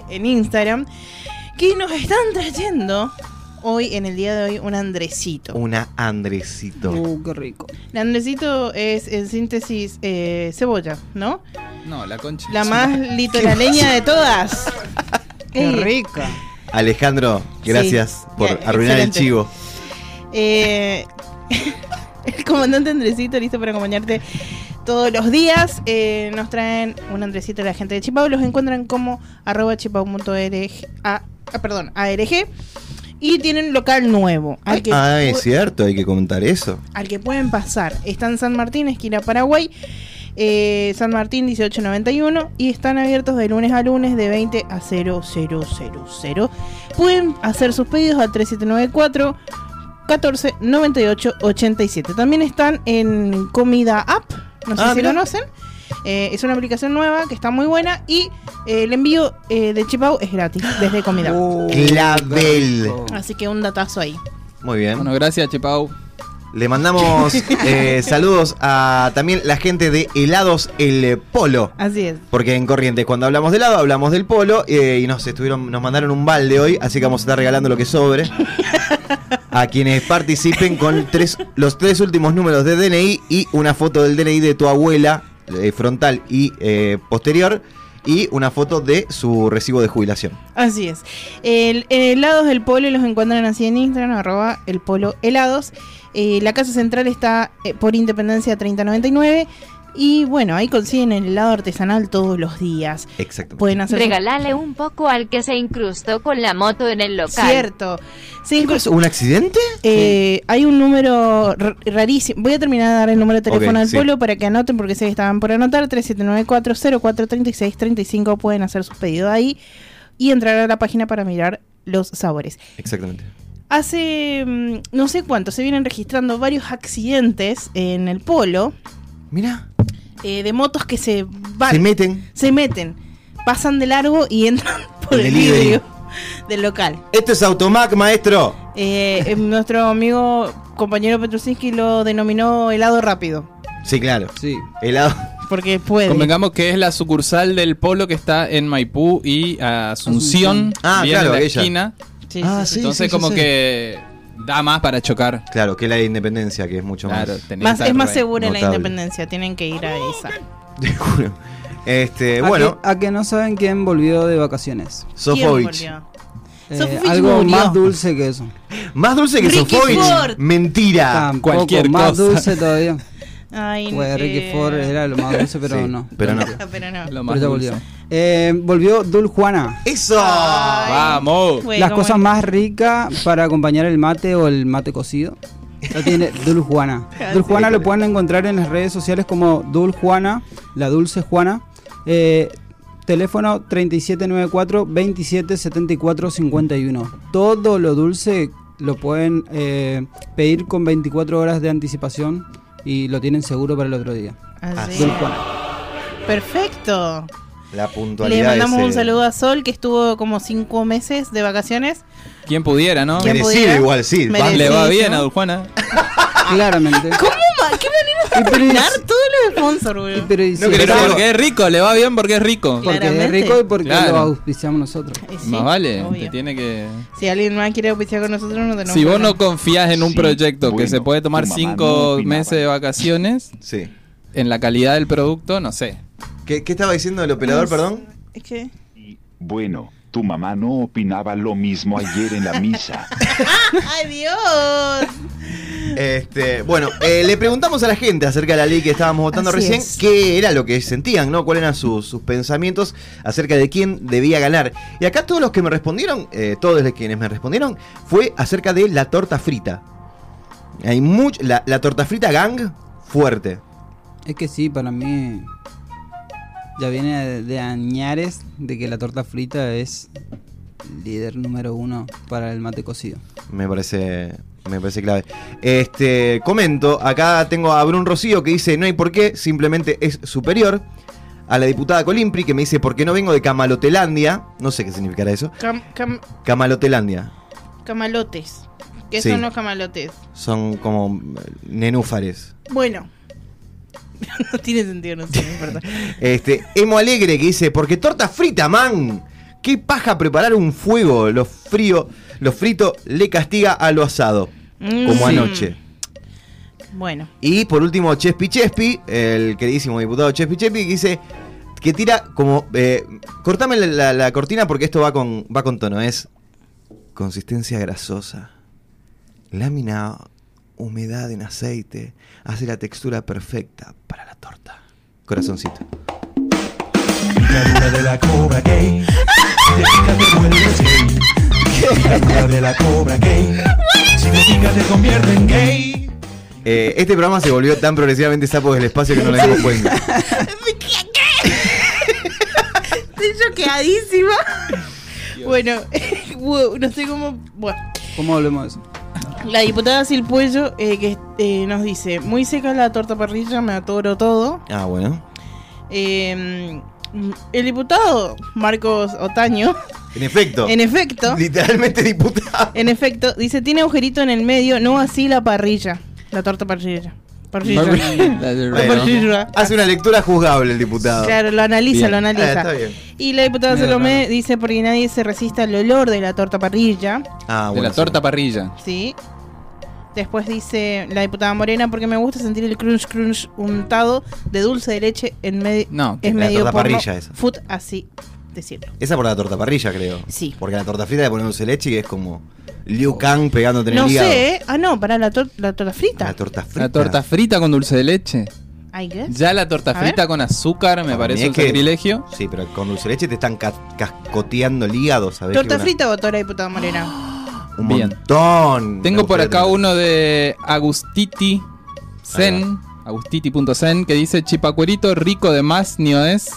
S5: en Instagram, que nos están trayendo hoy, en el día de hoy, un andrecito.
S1: Una Andresito.
S6: Uh, qué rico.
S5: El andrecito es, en síntesis, eh, cebolla, ¿no?
S7: No, la concha.
S5: La
S7: es
S5: más
S7: una-
S5: litoraleña de todas.
S6: Qué
S5: Ey,
S6: rica.
S1: Alejandro, gracias
S5: Sí.
S1: por
S5: Ya,
S1: arruinar
S5: excelente.
S1: el chivo.
S5: Eh, el comandante Andresito, listo para acompañarte todos los días. Eh, nos traen un Andresito de la gente de Chipau. Los encuentran como arroba chipau.org. ah, ah, perdón, ARG. Y tienen local nuevo. Al que,
S1: Ah, es cierto, hay que comentar eso.
S5: al que pueden pasar. Está en San Martín, esquina Paraguay. eh, San Martín 1891 y están abiertos de lunes a lunes de 20 a 0000. Pueden hacer sus pedidos al 3794 14 98 87. También están en Comida App, no sé
S1: Ah,
S5: si
S1: mirá.
S5: conocen. Eh, es una aplicación nueva que está muy buena y eh, el envío eh, de Chipau es gratis desde Comida. App.
S6: Uh,
S1: Clavel.
S6: qué rico.
S5: Así que un datazo ahí.
S1: Muy bien.
S7: Bueno, gracias, Chepau.
S1: Le mandamos eh, saludos a también la gente de Helados El Polo.
S5: Así es.
S1: Porque en Corrientes, cuando hablamos de helado, hablamos del polo eh, y nos estuvieron, nos mandaron un balde hoy, así que vamos a estar regalando lo que sobre. A quienes participen con tres, los tres últimos números de DNI y una foto del DNI de tu abuela, eh, frontal y eh, posterior, y una foto de su recibo de jubilación.
S5: Así es. El, en helados del Polo los encuentran así en Instagram, arroba el Polo Helados. Eh, la casa central está eh, por Independencia 3099. Y bueno, ahí consiguen el helado artesanal todos los días.
S1: Exactamente.
S5: Pueden hacer.
S10: Regalale un poco al que se incrustó con la moto en el local.
S5: Cierto. Se inclu-
S1: ¿Un accidente?
S5: eh, hay un número r- rarísimo. Voy a terminar de dar el número de teléfono
S1: Ok,
S5: al
S1: sí.
S5: polo para que anoten, porque sé que estaban por anotar. 3794043635. Pueden hacer sus pedidos ahí y entrar a la página para mirar los sabores.
S1: Exactamente.
S5: Hace mm, no sé cuánto se vienen registrando varios accidentes en el polo
S1: Mira,
S5: eh, de motos que se van,
S1: se meten.
S5: se meten, pasan de largo y entran por
S1: El
S5: el,
S1: delivery.
S5: vidrio del local.
S1: Esto es Automac, maestro.
S5: Eh, eh, nuestro amigo compañero Petrusinski lo denominó helado rápido,
S1: Sí, claro.
S6: Sí.
S1: Helado.
S5: porque puede.
S7: Convengamos que es la sucursal del Polo que está en Maipú y Asunción.
S1: Ah,
S7: bien
S1: claro,
S7: en la
S1: ella.
S7: esquina.
S5: Sí,
S1: Ah,
S5: sí, sí.
S1: sí,
S7: Entonces,
S1: sí,
S7: como
S1: sí.
S7: que da más para chocar.
S1: Claro, que la de Independencia, que es mucho
S7: Claro,
S1: más.
S7: tenés
S5: Más-
S7: que
S5: es más
S7: estar re-
S5: segura la
S1: notable.
S5: independencia, tienen que ir a esa.
S1: Te juro. Este,
S6: A
S1: bueno,
S6: que- a que no saben quién volvió de vacaciones.
S5: ¿Quién
S1: Sofovich.
S5: volvió?
S6: Eh,
S5: Sofovich
S6: algo
S5: murió.
S6: más dulce que eso.
S1: Más dulce que
S5: Ricky
S1: Sofovich.
S5: Ford.
S1: Mentira.
S6: Tampoco, más dulce todavía.
S5: Ay,
S6: Pues Ricky
S5: eh,
S6: Ford era lo más dulce, pero
S1: Sí,
S6: no.
S1: pero no.
S5: Pero no.
S7: Lo
S6: Pero
S7: más
S6: ya
S7: dulce.
S6: volvió. Eh, volvió Dul Juana.
S1: ¡Eso!
S5: Ah.
S7: ¡Vamos!
S5: Güey,
S6: Las
S5: ¿cómo
S6: cosas
S5: es?
S6: más ricas para acompañar el mate o el mate cocido. La tiene Dul Juana.
S5: Ah,
S6: Dul Juana lo pueden encontrar en las redes sociales como Dul Juana, la Dulce Juana. Eh, teléfono 3794-2774-51. Todo lo dulce lo pueden eh, pedir con 24 horas de anticipación y lo tienen seguro para el otro día.
S1: Ah,
S5: Así.
S6: Dul Juana.
S5: Perfecto.
S1: La
S5: Le
S1: puntualidad.
S5: mandamos
S1: es,
S5: un
S1: eh,
S5: saludo a Sol, que estuvo como cinco meses de vacaciones.
S7: Quien pudiera, ¿no?
S5: ¿Quién
S1: merecido
S5: pudiera?
S1: igual, sí.
S5: Mere-
S7: Le va
S5: merecidísimo.
S7: bien a Duljuana.
S6: Claramente.
S5: Ah. ¿Cómo? ma- ¿Qué
S6: Y
S5: manera de
S6: pero y-
S5: arruinar todos los sponsors,
S6: y
S5: boludo?
S6: pero y si-
S7: Pero porque es rico, le va bien porque es rico.
S5: Claro.
S6: Porque es
S5: Claramente.
S6: rico y porque
S7: Claro.
S6: lo auspiciamos nosotros.
S5: Y Eh, sí,
S7: Más vale,
S5: obvio.
S7: te tiene que...
S5: Si alguien más quiere oficiar con nosotros, no tenemos
S7: si vos no
S5: problema.
S7: confías en un
S9: Sí,
S7: proyecto que
S9: bueno,
S7: se puede tomar
S9: tu mamá no
S7: cinco
S9: opinaba.
S7: meses de vacaciones,
S1: Sí.
S7: en la calidad del producto, no sé.
S1: ¿Qué, qué estaba diciendo el operador, perdón?
S5: Es que...
S9: Y, Bueno, tu mamá no opinaba lo mismo ayer en la misa.
S7: Ah,
S5: ¡Ay, Dios!
S1: Este, bueno, eh, le preguntamos a la gente acerca de la ley que estábamos votando
S5: Así
S1: recién,
S5: es.
S1: qué era lo que sentían, ¿no? ¿Cuáles eran sus, sus pensamientos acerca de quién debía ganar? Y acá todos los que me respondieron, eh, todos los quienes me respondieron, fue acerca de la torta frita. Hay much, la, la torta frita gang fuerte.
S6: Es que sí, para mí ya viene de, de añares de que la torta frita es líder número uno para el mate cocido.
S1: Me parece, me parece clave. Este, comento, acá tengo a Brun Rocío que dice, no hay por qué, simplemente es superior. A la diputada Colimpri que me dice, ¿por qué no vengo de Camalotelandia? No sé qué significará eso.
S5: Cam- cam-
S1: Camalotelandia.
S5: camalotes. ¿Qué
S1: Sí.
S5: son los camalotes?
S1: Son como eh, nenúfares.
S5: Bueno. no tiene sentido, no sé, no importa.
S1: Este, Emo Alegre que dice, porque torta frita, man. Qué paja preparar un fuego. Lo frío, lo frito le castiga a lo asado. Como
S5: Mm.
S1: anoche.
S5: Bueno.
S1: Y por último, Chespi Chespi, el queridísimo diputado Chespi Chespi, que dice que tira como. eh, cortame la, la- la cortina porque esto va con, va con tono. Es consistencia grasosa. Lámina, humedad en aceite. Hace la textura perfecta para la torta. Corazoncito.
S12: Picadura de la cobra gay. Te pica, te vuelves gay. Picadura de la cobra gay. Si te pica, te convierte en gay.
S1: Eh, este programa se volvió tan progresivamente sapo del espacio que no lo dimos cuenta.
S5: Estoy choqueadísima. Bueno, wow, no sé cómo. Bueno.
S6: ¿Cómo hablemos de eso?
S5: La diputada Silpuello eh, que eh, nos dice: Muy seca la torta parrilla, me atoro todo.
S1: Ah, bueno.
S5: Eh, el diputado Marcos Otaño,
S1: En efecto.
S5: en efecto,
S1: Literalmente diputado.
S5: en efecto, dice: Tiene agujerito en el medio, no así la parrilla. La torta parrilla. Parrilla.
S1: Bueno,
S5: Parrilla.
S1: hace una lectura juzgable el diputado.
S5: Claro, lo analiza,
S7: Bien.
S5: lo analiza.
S1: Ah, está bien.
S5: Y la diputada
S7: Medio
S5: Salomé
S7: raro.
S5: dice porque nadie se resiste al olor de la torta parrilla,
S1: Ah,
S7: de
S1: bueno,
S7: la
S1: sí.
S7: torta parrilla.
S5: ¿sí? Después dice la diputada Morena porque me gusta sentir el crunch crunch untado de dulce de leche en medio
S7: No,
S5: es
S1: la
S5: medio
S1: torta
S5: porno,
S1: parrilla esa.
S5: food así decirlo.
S1: Esa por la torta parrilla, creo.
S5: Sí.
S1: Porque la torta frita le ponemos el leche y es como Liu Kang pegándote en
S5: No
S1: el hígado.
S5: sé, ¿eh? ah no, para la, tor- la torta frita.
S1: La torta frita.
S7: La torta frita con dulce de leche.
S5: I guess.
S7: Ya la torta
S5: ¿Eh? A ver.
S7: frita con azúcar me
S1: Para
S7: parece
S1: mí
S7: un
S1: es que-
S7: sacrilegio.
S1: Sí, pero con dulce de leche te están ca- cascoteando el hígado, ¿sabes?
S5: Torta
S1: Que una-
S5: frita o torta diputada Morena.
S1: Un
S7: Bien.
S1: montón.
S7: Tengo por acá
S1: uno
S7: uno de Agustiti Zen, agustiti.zen, que dice chipacuerito rico de más, ni es,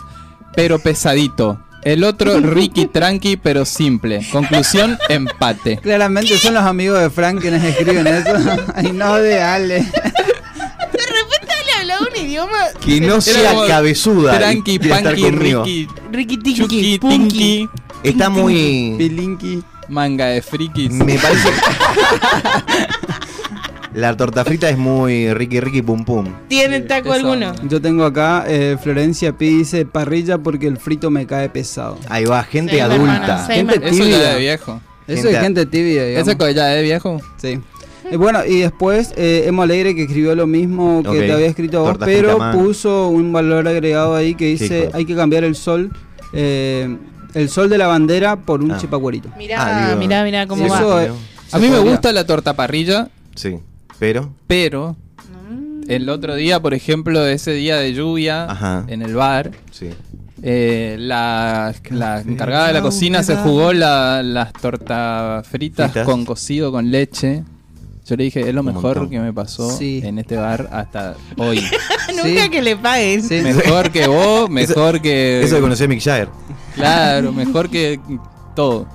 S7: pero pesadito. El otro Ricky Tranqui, pero simple. Conclusión, empate.
S6: Claramente son los amigos de Frank quienes escriben eso. y no de Ale.
S5: De repente le hablaba un idioma
S1: Que no sea
S7: como
S1: cabezuda. y
S7: Tranqui,
S1: quiera estar
S7: Panqui,
S1: conmigo.
S7: Ricky,
S5: riquitinqui,
S7: Chucky,
S5: punky.
S7: Tinky,
S1: Está muy.
S6: Pilinki.
S7: manga de frikis.
S1: Me parece. la torta frita es muy Ricky Ricky Pum Pum.
S5: ¿Tienen taco
S7: Esa
S5: alguno?
S7: onda.
S6: Yo tengo acá eh, Florencia P. dice parrilla porque el frito me cae pesado.
S1: Ahí va, gente
S5: Sí,
S1: adulta.
S5: hermana, sí.
S6: Gente
S7: Eso ya
S6: tibia.
S7: de viejo.
S6: Eso
S1: Gente-
S6: es gente tibia. digamos.
S7: Ese co- ya de viejo.
S6: Sí. Eh, bueno, y después eh, Emo Alegre que escribió lo mismo que
S1: Ok.
S6: te había escrito vos,
S1: Torta frita
S6: pero
S1: más.
S6: puso un valor agregado ahí que
S1: Hijo
S6: dice
S1: de-
S6: hay que cambiar el sol eh, El sol de la bandera por
S7: Ah.
S6: un chipacuerito.
S1: Ah,
S5: Mirá, mirá, mirá cómo va.
S7: a mí me gusta la torta parrilla.
S1: Sí, pero.
S7: Pero.
S6: Mm.
S7: El otro día, por ejemplo, ese día de lluvia
S1: Ajá.
S7: en el bar,
S1: Sí.
S7: eh, la,
S1: Ah,
S7: la encargada
S6: Ah,
S7: de la cocina se jugó la- las tortas fritas,
S1: Fritas.
S7: con cocido con leche. Yo le dije, es lo
S1: Un
S7: mejor
S1: montón.
S7: que me pasó
S6: Sí.
S7: en este bar hasta hoy.
S5: Nunca que le paguen.
S7: Mejor que vos, mejor que.
S1: Eso que conocí a Mick Jagger.
S7: Claro, mejor que todo.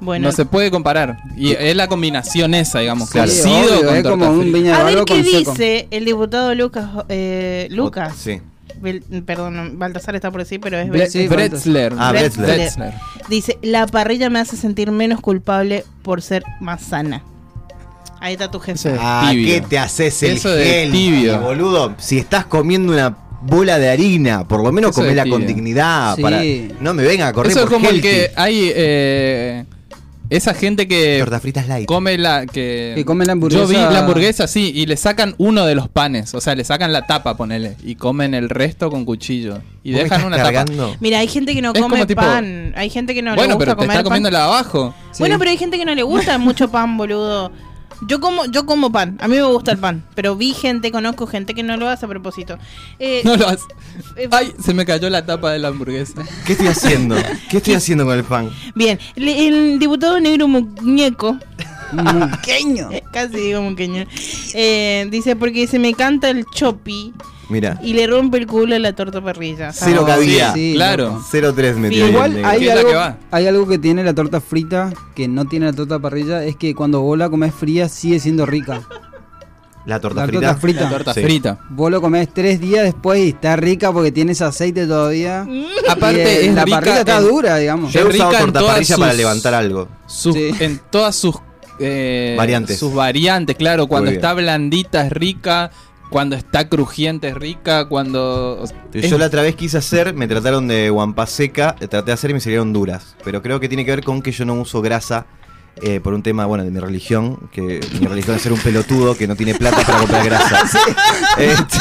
S5: Bueno.
S7: No se puede comparar. Y es la combinación esa, digamos.
S6: Sí,
S7: cocido
S6: obvio,
S7: con
S6: es
S7: torta
S6: como un
S7: frita.
S6: viña
S5: A ver
S6: Algo
S5: qué
S6: con seco.
S5: dice el diputado Lucas. eh, Lucas.
S1: Sí.
S5: Bel- perdón, Baltasar está por decir, pero es
S7: Bre-
S5: Bel-
S7: sí, Bretzler.
S1: Ah, Bretzler.
S7: Bretzler.
S5: Dice, la parrilla me hace sentir menos culpable por ser más sana. Ahí está tu jefe.
S1: Ah,
S7: tibio.
S1: ¿qué te haces el
S7: Eso es
S1: gel,
S7: tibio.
S1: boludo? Si estás comiendo una bola de harina, por lo menos
S7: Eso es
S1: comela
S7: tibio.
S1: con dignidad.
S6: Sí.
S1: Para, no me venga a correr
S7: Eso es
S1: por
S7: como el
S1: healthy.
S7: que hay. eh, esa gente que
S1: Tortas fritas light.
S7: come la. Que,
S6: Que come la hamburguesa.
S7: Yo vi la hamburguesa, sí, y le sacan uno de los panes. O sea, le sacan la tapa, ponele. Y comen el resto con cuchillo. Y
S1: ¿Vos
S7: dejan
S1: me estás
S7: una tapa.
S1: cargando?
S5: Mira, hay gente que no
S7: Es
S5: come
S7: como tipo-
S5: pan. Hay gente que no le
S7: bueno,
S5: gusta
S7: pero te
S5: comer
S7: está
S5: pan.
S7: comiendo la de abajo.
S5: Bueno, pero hay gente que no le gusta mucho pan, boludo. Yo como, yo como pan, a mí me gusta el pan, pero vi gente, conozco gente que no lo hace a propósito. Eh,
S7: No lo has-
S5: eh,
S7: Ay, se me cayó la tapa de la hamburguesa.
S1: ¿Qué estoy haciendo? ¿Qué estoy haciendo con el pan?
S5: Bien, le- el diputado negro muñeco,
S6: Mm. Muqueño.
S5: casi digo muqueño, eh, dice porque se me canta el chopi
S1: Mira,
S5: y le rompe el culo a la torta parrilla.
S1: Cero
S6: Ah,
S1: cabida.
S6: sí,
S7: claro.
S1: 0-3 metió ahí el
S6: Igual
S1: negro.
S7: ahí-
S6: hay
S7: ¿Qué es la
S6: algo,
S7: que va?
S6: hay algo que tiene la torta frita que no tiene la torta parrilla, es que cuando vos la comés fría sigue siendo rica.
S1: La torta
S6: La
S1: frita.
S6: torta frita.
S7: La torta
S1: Sí.
S7: frita.
S6: Vos lo comés tres días después y está rica porque tienes aceite
S5: Mm.
S6: todavía.
S7: Aparte,
S6: Y, eh,
S7: es
S6: la
S7: rica
S6: parrilla está
S7: en-
S6: dura, digamos.
S1: Yo he
S7: es
S1: usado
S7: rica en
S1: torta
S7: todas
S1: parrilla para
S7: sus-
S1: levantar algo.
S7: sus-
S6: Sí.
S7: en todas sus eh,
S1: Variantes.
S7: Sus variantes, claro. Cuando
S1: Muy bien.
S7: está blandita es rica, cuando está crujiente es rica, cuando. o sea, es-
S1: Yo la otra vez quise hacer, me trataron de guampa seca, eh, traté de hacer y me salieron duras. Pero creo que tiene que ver con que yo no uso grasa eh, por un tema, bueno, de mi religión, que mi religión es ser un pelotudo que no tiene plata para comprar grasa. Este,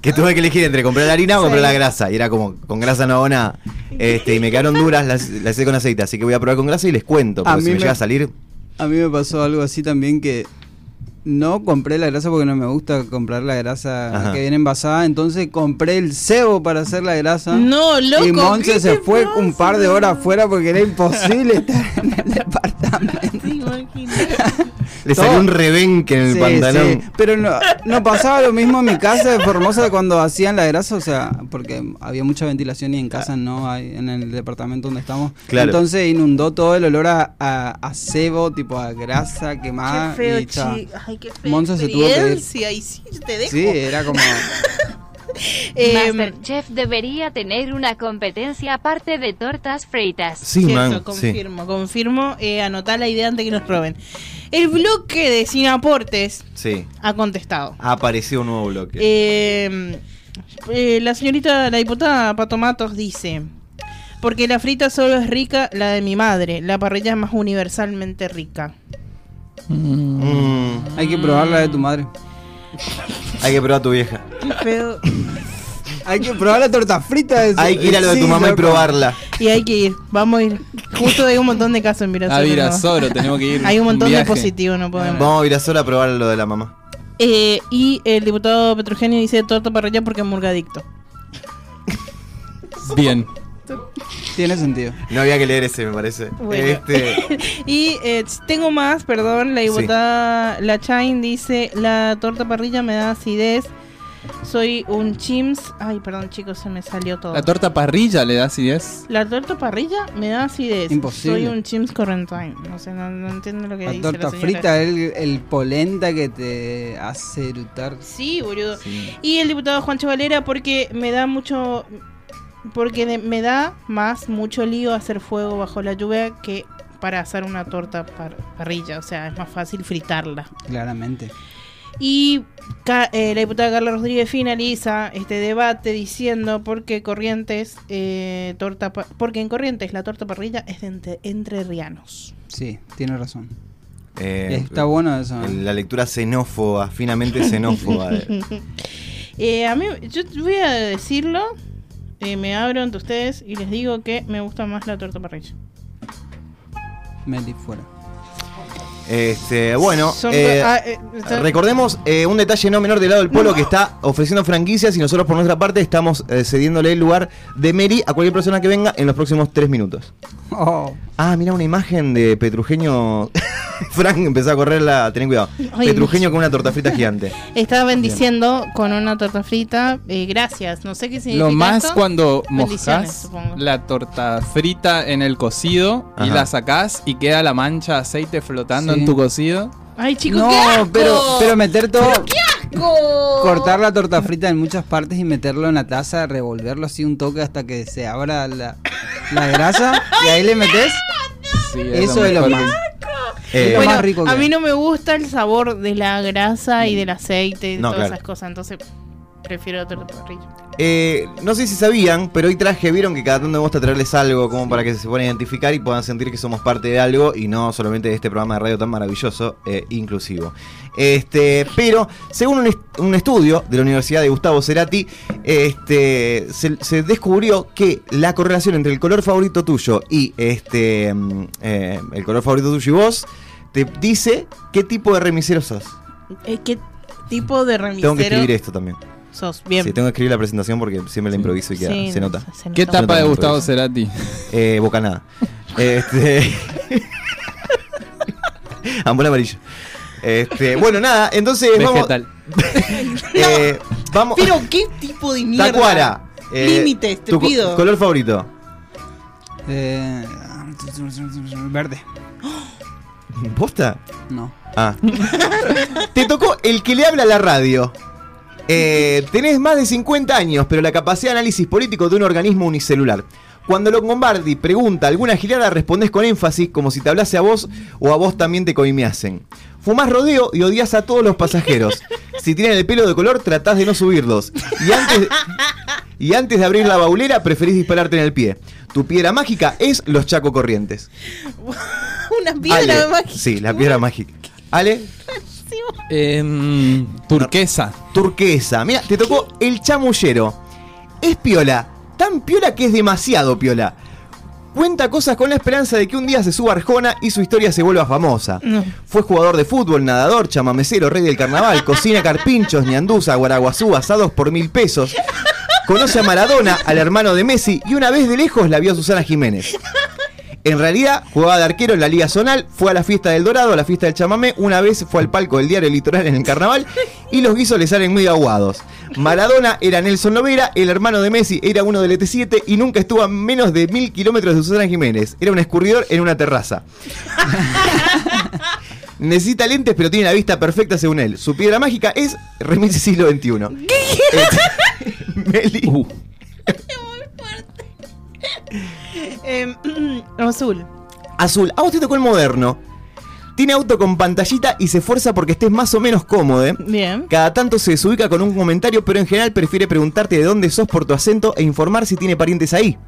S1: que tuve que elegir entre comprar la harina o comprar la grasa. Y era como, con grasa no hago nada. Este, y me quedaron duras, las, las hice con aceite. Así que voy a probar con grasa y les cuento.
S6: A
S1: Porque si
S6: mí
S1: me,
S6: me-
S1: llega a salir,
S6: A mí me pasó algo así también que no compré la grasa porque no me gusta comprar la grasa
S1: Ajá.
S6: que viene envasada, entonces compré el cebo para hacer la grasa.
S5: No, loco.
S6: y
S5: ¿qué
S6: Monse
S5: te
S6: se fue
S5: pasa?
S6: un par de horas afuera porque era imposible estar en el departamento.
S5: Sí, imagínate.
S1: le
S6: Todo-
S1: salió un rebenque en el
S6: Sí,
S1: pantalón.
S6: sí, Pero no, no pasaba lo mismo en mi casa de Formosa cuando hacían la grasa, o sea, porque había mucha ventilación y en casa no hay, en el departamento donde estamos.
S1: Claro.
S6: Entonces inundó todo el olor a, a, a cebo, tipo a grasa quemada.
S5: Qué feo,
S6: y chao.
S5: chi- Ay, qué feo.
S6: Ah, Monza se tuvo que ir.
S5: Ahí sí, te dejo.
S6: Sí, era como.
S5: Em,
S10: Masterchef debería tener una competencia aparte de tortas fritas.
S1: Sí,
S5: Cierto,
S1: man. Sí.
S5: confirmo, confirmo. Eh, anotá la idea antes que nos roben. El bloque de Sin Aportes
S1: sí.
S5: ha contestado.
S1: Ha aparecido un nuevo bloque.
S5: Eh, eh, la señorita, la diputada Pato Matos dice: Porque la frita solo es rica, la de mi madre. La parrilla es más universalmente rica.
S1: Mm,
S6: Hay que probar la de tu madre.
S1: hay que probar a tu vieja.
S5: Pero-
S6: Hay que probar la torta frita. es-
S1: Hay que ir a lo de
S6: sí,
S1: tu mamá y
S6: loco.
S1: probarla.
S5: Y hay que ir, vamos a ir. Justo hay un montón de casos en Virasoro.
S7: a
S5: ¿no?
S7: Virasoro tenemos que ir.
S5: Hay un montón de
S7: viaje.
S5: positivos, no podemos.
S1: Vamos a ir a sola a probar lo de la mamá.
S5: Eh, y el diputado Petrogenio dice torta parrilla porque es murgadicto.
S7: Bien.
S6: Tiene sentido.
S1: No había que leer ese, me parece.
S5: Bueno.
S1: Este,
S5: Y eh, tengo más, perdón, la diputada La Chain dice, la torta parrilla me da acidez, soy un chims. Ay, perdón chicos, se me salió todo.
S7: La torta parrilla le da si es.
S5: La torta parrilla me da acidez.
S6: Imposible.
S5: Soy un chims correntine. No sé, no, no entiendo lo que
S6: La
S5: dice
S6: torta
S5: señora.
S6: frita, el, el polenta que te hace erutar.
S5: Sí, boludo.
S6: Sí.
S5: Y el diputado Juancho Valera porque me da mucho... Porque de- me da más mucho lío hacer fuego bajo la lluvia que para hacer una torta par- parrilla. O sea, es más fácil fritarla.
S6: Claramente.
S5: Y ca- eh, la diputada Carla Rodríguez finaliza este debate diciendo porque Corrientes eh, torta pa- porque en Corrientes la torta parrilla es de entre, entrerrianos.
S6: Sí, tiene razón.
S1: eh,
S6: Está bueno eso. ¿eh?
S1: La lectura xenófoba, finamente xenófoba. de-
S5: Eh, a mí yo voy a decirlo eh, me abro ante ustedes y les digo que me gusta más la torta parrilla.
S6: Meli fuera.
S1: Este, bueno,
S5: Son-
S1: eh,
S5: ah, eh, está-
S1: recordemos eh, un detalle no menor del lado del polo que está ofreciendo franquicias y nosotros por nuestra parte estamos eh, cediéndole el lugar de Mary a cualquier persona que venga en los próximos tres minutos. Ah, mira una imagen de Petrujeño. Frank empezó a correrla, ten cuidado.
S5: Ay,
S1: Petrujeño con una torta frita gigante.
S5: Estaba bendiciendo con una torta frita. eh, gracias. No sé qué significa.
S7: Lo más
S5: esto.
S7: cuando
S5: Bendiciones,
S7: mojás
S5: supongo.
S7: la torta frita en el cocido y
S1: Ajá.
S7: la sacás y queda la mancha de aceite flotando
S6: Sí.
S7: en tu cocido.
S5: Ay, chicos,
S6: no,
S5: qué asco.
S6: pero pero meter todo,
S5: ¡Qué asco!
S6: cortar la torta frita en muchas partes y meterlo en la taza, revolverlo así un toque hasta que se abra la, la grasa y ahí le metes. Eso es lo más.
S1: Eh,
S6: es lo
S1: Bueno,
S6: más rico.
S5: A
S6: que
S5: mí
S6: hay.
S5: no me gusta el sabor de la grasa y del aceite y de
S1: Mm. No,
S5: todas
S1: claro.
S5: esas cosas. Entonces prefiero la torta parrilla.
S1: Eh, no sé si sabían, pero hoy traje, vieron que cada tanto me gusta traerles algo como para que se puedan identificar y puedan sentir que somos parte de algo y no solamente de este programa de radio tan maravilloso, eh, inclusivo. Este, pero, según un, est- un estudio de la Universidad de Gustavo Cerati, este, se, se descubrió que la correlación entre el color favorito tuyo y este, mm, eh, el color favorito tuyo y vos te dice qué tipo de remisero sos.
S5: Eh, ¿Qué tipo de remisero
S1: Tengo que escribir esto también.
S5: sos? Bien.
S1: Sí, tengo que escribir la presentación porque siempre la improviso y queda-
S5: Sí,
S1: se
S5: no,
S1: nota.
S5: se nota.
S7: ¿Qué etapa de
S1: la
S7: Gustavo
S1: improviso.
S7: Cerati?
S1: Eh, bocanada. Este. Ambón amarillo. Este, bueno, nada, entonces
S7: Vegetal.
S1: vamos. Eh, vamos.
S13: Pero qué tipo de mierda.
S1: Tacuara. eh,
S13: Límites, te
S1: tu co-
S13: pido.
S1: color favorito.
S6: Eh, verde.
S1: ¿Posta?
S6: No.
S1: Ah. Te tocó el que le habla a la radio. Eh, tenés más de 50 años, pero la capacidad de análisis político de un organismo unicelular. Cuando Longobardi pregunta alguna gilada, respondés con énfasis como si te hablase a vos o a vos también te coimeasen. Fumás rodeo y odias a todos los pasajeros. Si tienen el pelo de color, tratás de no subirlos. Y antes, y antes de abrir la baulera, preferís dispararte en el pie. Tu piedra mágica es los Chaco Corrientes.
S13: Una piedra
S1: Ale.
S13: mágica.
S1: Sí, la piedra mágica. Ale.
S7: Em, turquesa.
S1: Turquesa. Mira, te tocó el chamullero. Es piola. Tan piola que es demasiado piola. Cuenta cosas con la esperanza de que un día se suba Arjona y su historia se vuelva famosa. Fue jugador de fútbol, nadador, chamamecero, rey del carnaval, cocina carpinchos, ñanduza, guaraguazú, asados por mil pesos. Conoce a Maradona, al hermano de Messi, y una vez de lejos la vio a Susana Jiménez. En realidad, jugaba de arquero en la Liga Zonal, fue a la fiesta del Dorado, a la fiesta del Chamamé, una vez fue al palco del diario Litoral en el carnaval y los guisos le salen muy aguados. Maradona era Nelson Lovera, el hermano de Messi era uno del ET7 y nunca estuvo a menos de mil kilómetros de Susana Jiménez. Era un escurridor en una terraza. Necesita lentes, pero tiene la vista perfecta según él. Su piedra mágica es remis siglo XXI. Meli.
S5: Eh, azul.
S1: Azul, a vos te tocó el moderno. Tiene auto con pantallita y se esfuerza porque estés más o menos cómodo. ¿eh?
S5: Bien.
S1: Cada tanto se desubica con un comentario, pero en general prefiere preguntarte de dónde sos por tu acento e informar si tiene parientes ahí.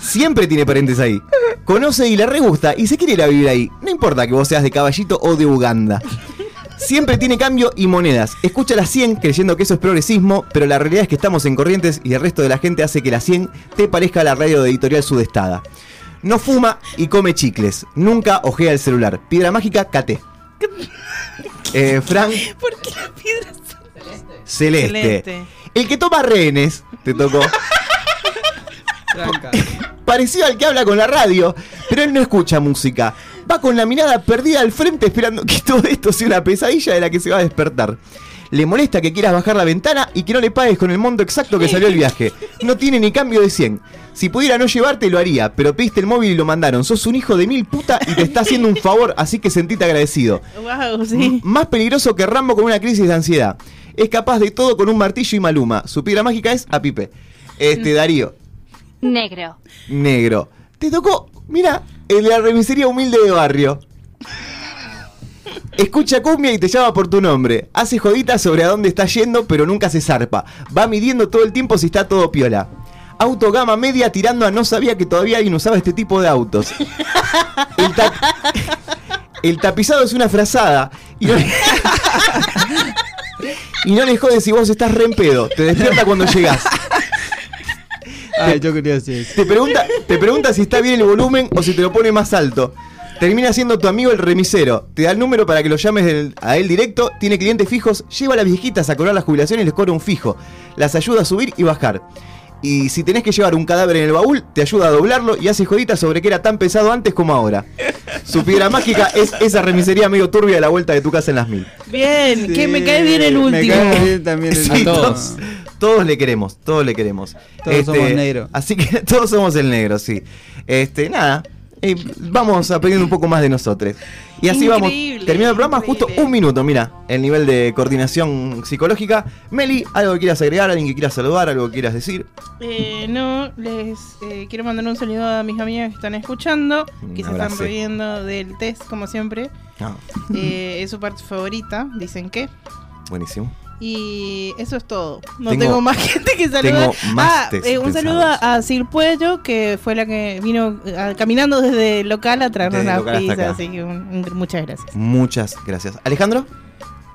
S1: Siempre tiene parientes ahí. Conoce y le re gusta y se quiere ir a vivir ahí. No importa que vos seas de Caballito o de Uganda. Siempre tiene cambio y monedas. Escucha la 100 creyendo que eso es progresismo, pero la realidad es que estamos en corrientes y el resto de la gente hace que la 100 te parezca la radio de editorial sudestada. No fuma y come chicles. Nunca ojea el celular. Piedra mágica, cate. Eh, Frank.
S13: ¿Por qué la piedra
S1: Celeste. El que toma rehenes, te tocó. Parecido al que habla con la radio, pero él no escucha música. Va con la mirada perdida al frente esperando que todo esto sea una pesadilla de la que se va a despertar. Le molesta que quieras bajar la ventana y que no le pagues con el monto exacto que salió el viaje. No tiene ni cambio de 100. Si pudiera no llevarte, lo haría, pero pediste el móvil y lo mandaron. Sos un hijo de mil puta y te está haciendo un favor, así que sentite agradecido.
S5: Wow,
S1: M-
S5: sí.
S1: Más peligroso que Rambo con una crisis de ansiedad. Es capaz de todo con un martillo y Maluma. Su piedra mágica es a Pipe. Este, Darío,
S10: Negro.
S1: negro. Te tocó, mira, el de la remisería humilde de barrio. Escucha cumbia y te llama por tu nombre. Hace joditas sobre a dónde está yendo, pero nunca se zarpa. Va midiendo todo el tiempo si está todo piola. Auto gama media tirando a no sabía que todavía alguien usaba este tipo de autos. El, ta- el tapizado es una frazada. Y no, y no le jodes si vos estás re en pedo. Te despierta cuando llegás.
S6: Ay, yo quería decir eso.
S1: Te pregunta, te pregunta si está bien el volumen o si te lo pone más alto. Termina siendo tu amigo el remisero. Te da el número para que lo llames del- a él directo. Tiene clientes fijos. Lleva a las viejitas a cobrar la jubilación y les cobra un fijo. Las ayuda a subir y bajar. Y si tenés que llevar un cadáver en el baúl, te ayuda a doblarlo y hace joditas sobre que era tan pesado antes como ahora. Su piedra mágica es esa remisería medio turbia de la vuelta de tu casa en las mil.
S5: Bien, que me cae bien el
S1: me
S5: último.
S1: cae bien
S6: también
S1: Sí, todos, todos le queremos, todos le queremos. Este,
S6: Todos somos negro.
S1: Así que todos somos el negro, sí. Este, nada. eh, vamos a pedir un poco más de nosotros. Y así vamos.
S5: Increíble,
S1: Termina el programa justo un minuto, mira, el nivel de coordinación psicológica. Meli, algo que quieras agregar, alguien que quieras saludar, algo que quieras decir.
S5: Eh, no, les eh, quiero mandar un saludo a mis amigas que están escuchando, que se están
S1: abrazo.
S5: riendo del test, como siempre.
S1: No,
S5: Eh, es su parte favorita, dicen que.
S1: buenísimo.
S5: Y eso es todo. No
S1: Tengo-
S5: tengo, más gente que saludar.
S1: tengo más
S5: ah,
S1: test
S5: eh, un
S1: pensados.
S5: saludo a Sir Puello, que fue la que vino ah, caminando desde el local a traernos
S1: Desde
S5: la
S1: local hasta
S5: pizza.
S1: acá.
S5: Así que un- un- muchas gracias.
S1: Muchas gracias. Alejandro,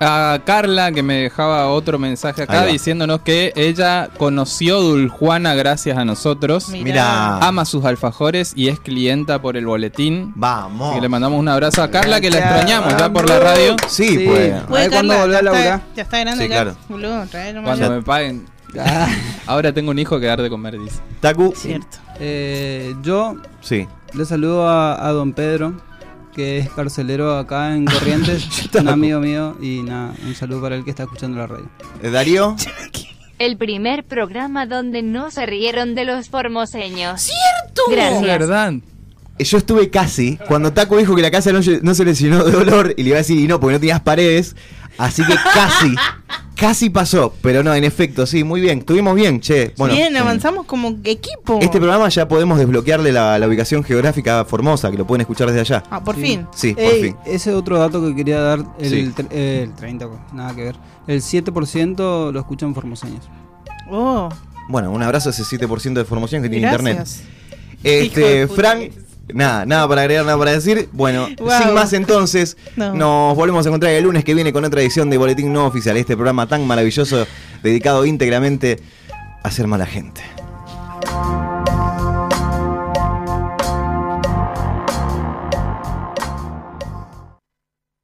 S7: A Carla, que me dejaba otro mensaje acá
S1: Ahí va.
S7: diciéndonos que ella conoció Duljuana gracias a nosotros.
S1: Mirá.
S7: Ama sus alfajores y es clienta por el boletín.
S1: Vamos.
S7: que le mandamos un abrazo a Carla, que la extrañamos ya por la radio.
S1: Sí, pues.
S5: Puede, Carla, ya está, ya está grande,
S7: Sí,
S5: ya,
S7: claro.
S5: boludo, trae nomás.
S7: Cuando me paguen. Ahora tengo un hijo que dar de comer, dice.
S1: Taku.
S5: Cierto.
S6: Eh, yo
S1: Sí.
S6: le saludo a, a don Pedro, que es carcelero acá en Corrientes, un amigo mío, y nada, un saludo para el que está escuchando la radio.
S1: Eh, Darío.
S10: El primer programa donde no se rieron de los formoseños. ¡Cierto!
S1: Es
S10: Gracias.
S7: verdad.
S1: Yo estuve casi, cuando Taco dijo que la casa no, lle- no se le llenó de olor, y le iba a decir, y no, porque no tenías paredes, así que casi, casi pasó, pero no, en efecto, sí, muy bien, estuvimos bien, che. Bueno,
S5: Bien,
S1: eh,
S5: avanzamos como equipo.
S1: este programa ya podemos desbloquearle la, la ubicación geográfica a Formosa, que lo pueden escuchar desde allá.
S5: Ah, por
S6: Sí.
S5: fin.
S1: Sí, por
S6: Ey,
S1: fin.
S6: Ese otro dato que quería dar, el,
S1: Sí.
S6: tre- eh, el 30, pues, nada que ver. El 7% lo escuchan formoseños.
S5: Oh,
S1: Bueno, un abrazo a ese 7% de formación que tiene
S5: gracias.
S1: internet. Este, Frank, nada, nada para agregar, nada para decir. Bueno,
S5: Guau.
S1: sin más entonces,
S5: No.
S1: nos volvemos a encontrar el lunes que viene con otra edición de Boletín No Oficial, este programa tan maravilloso dedicado íntegramente a ser mala gente.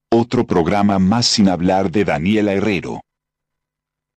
S9: Otro programa más sin hablar de Daniela Herrero.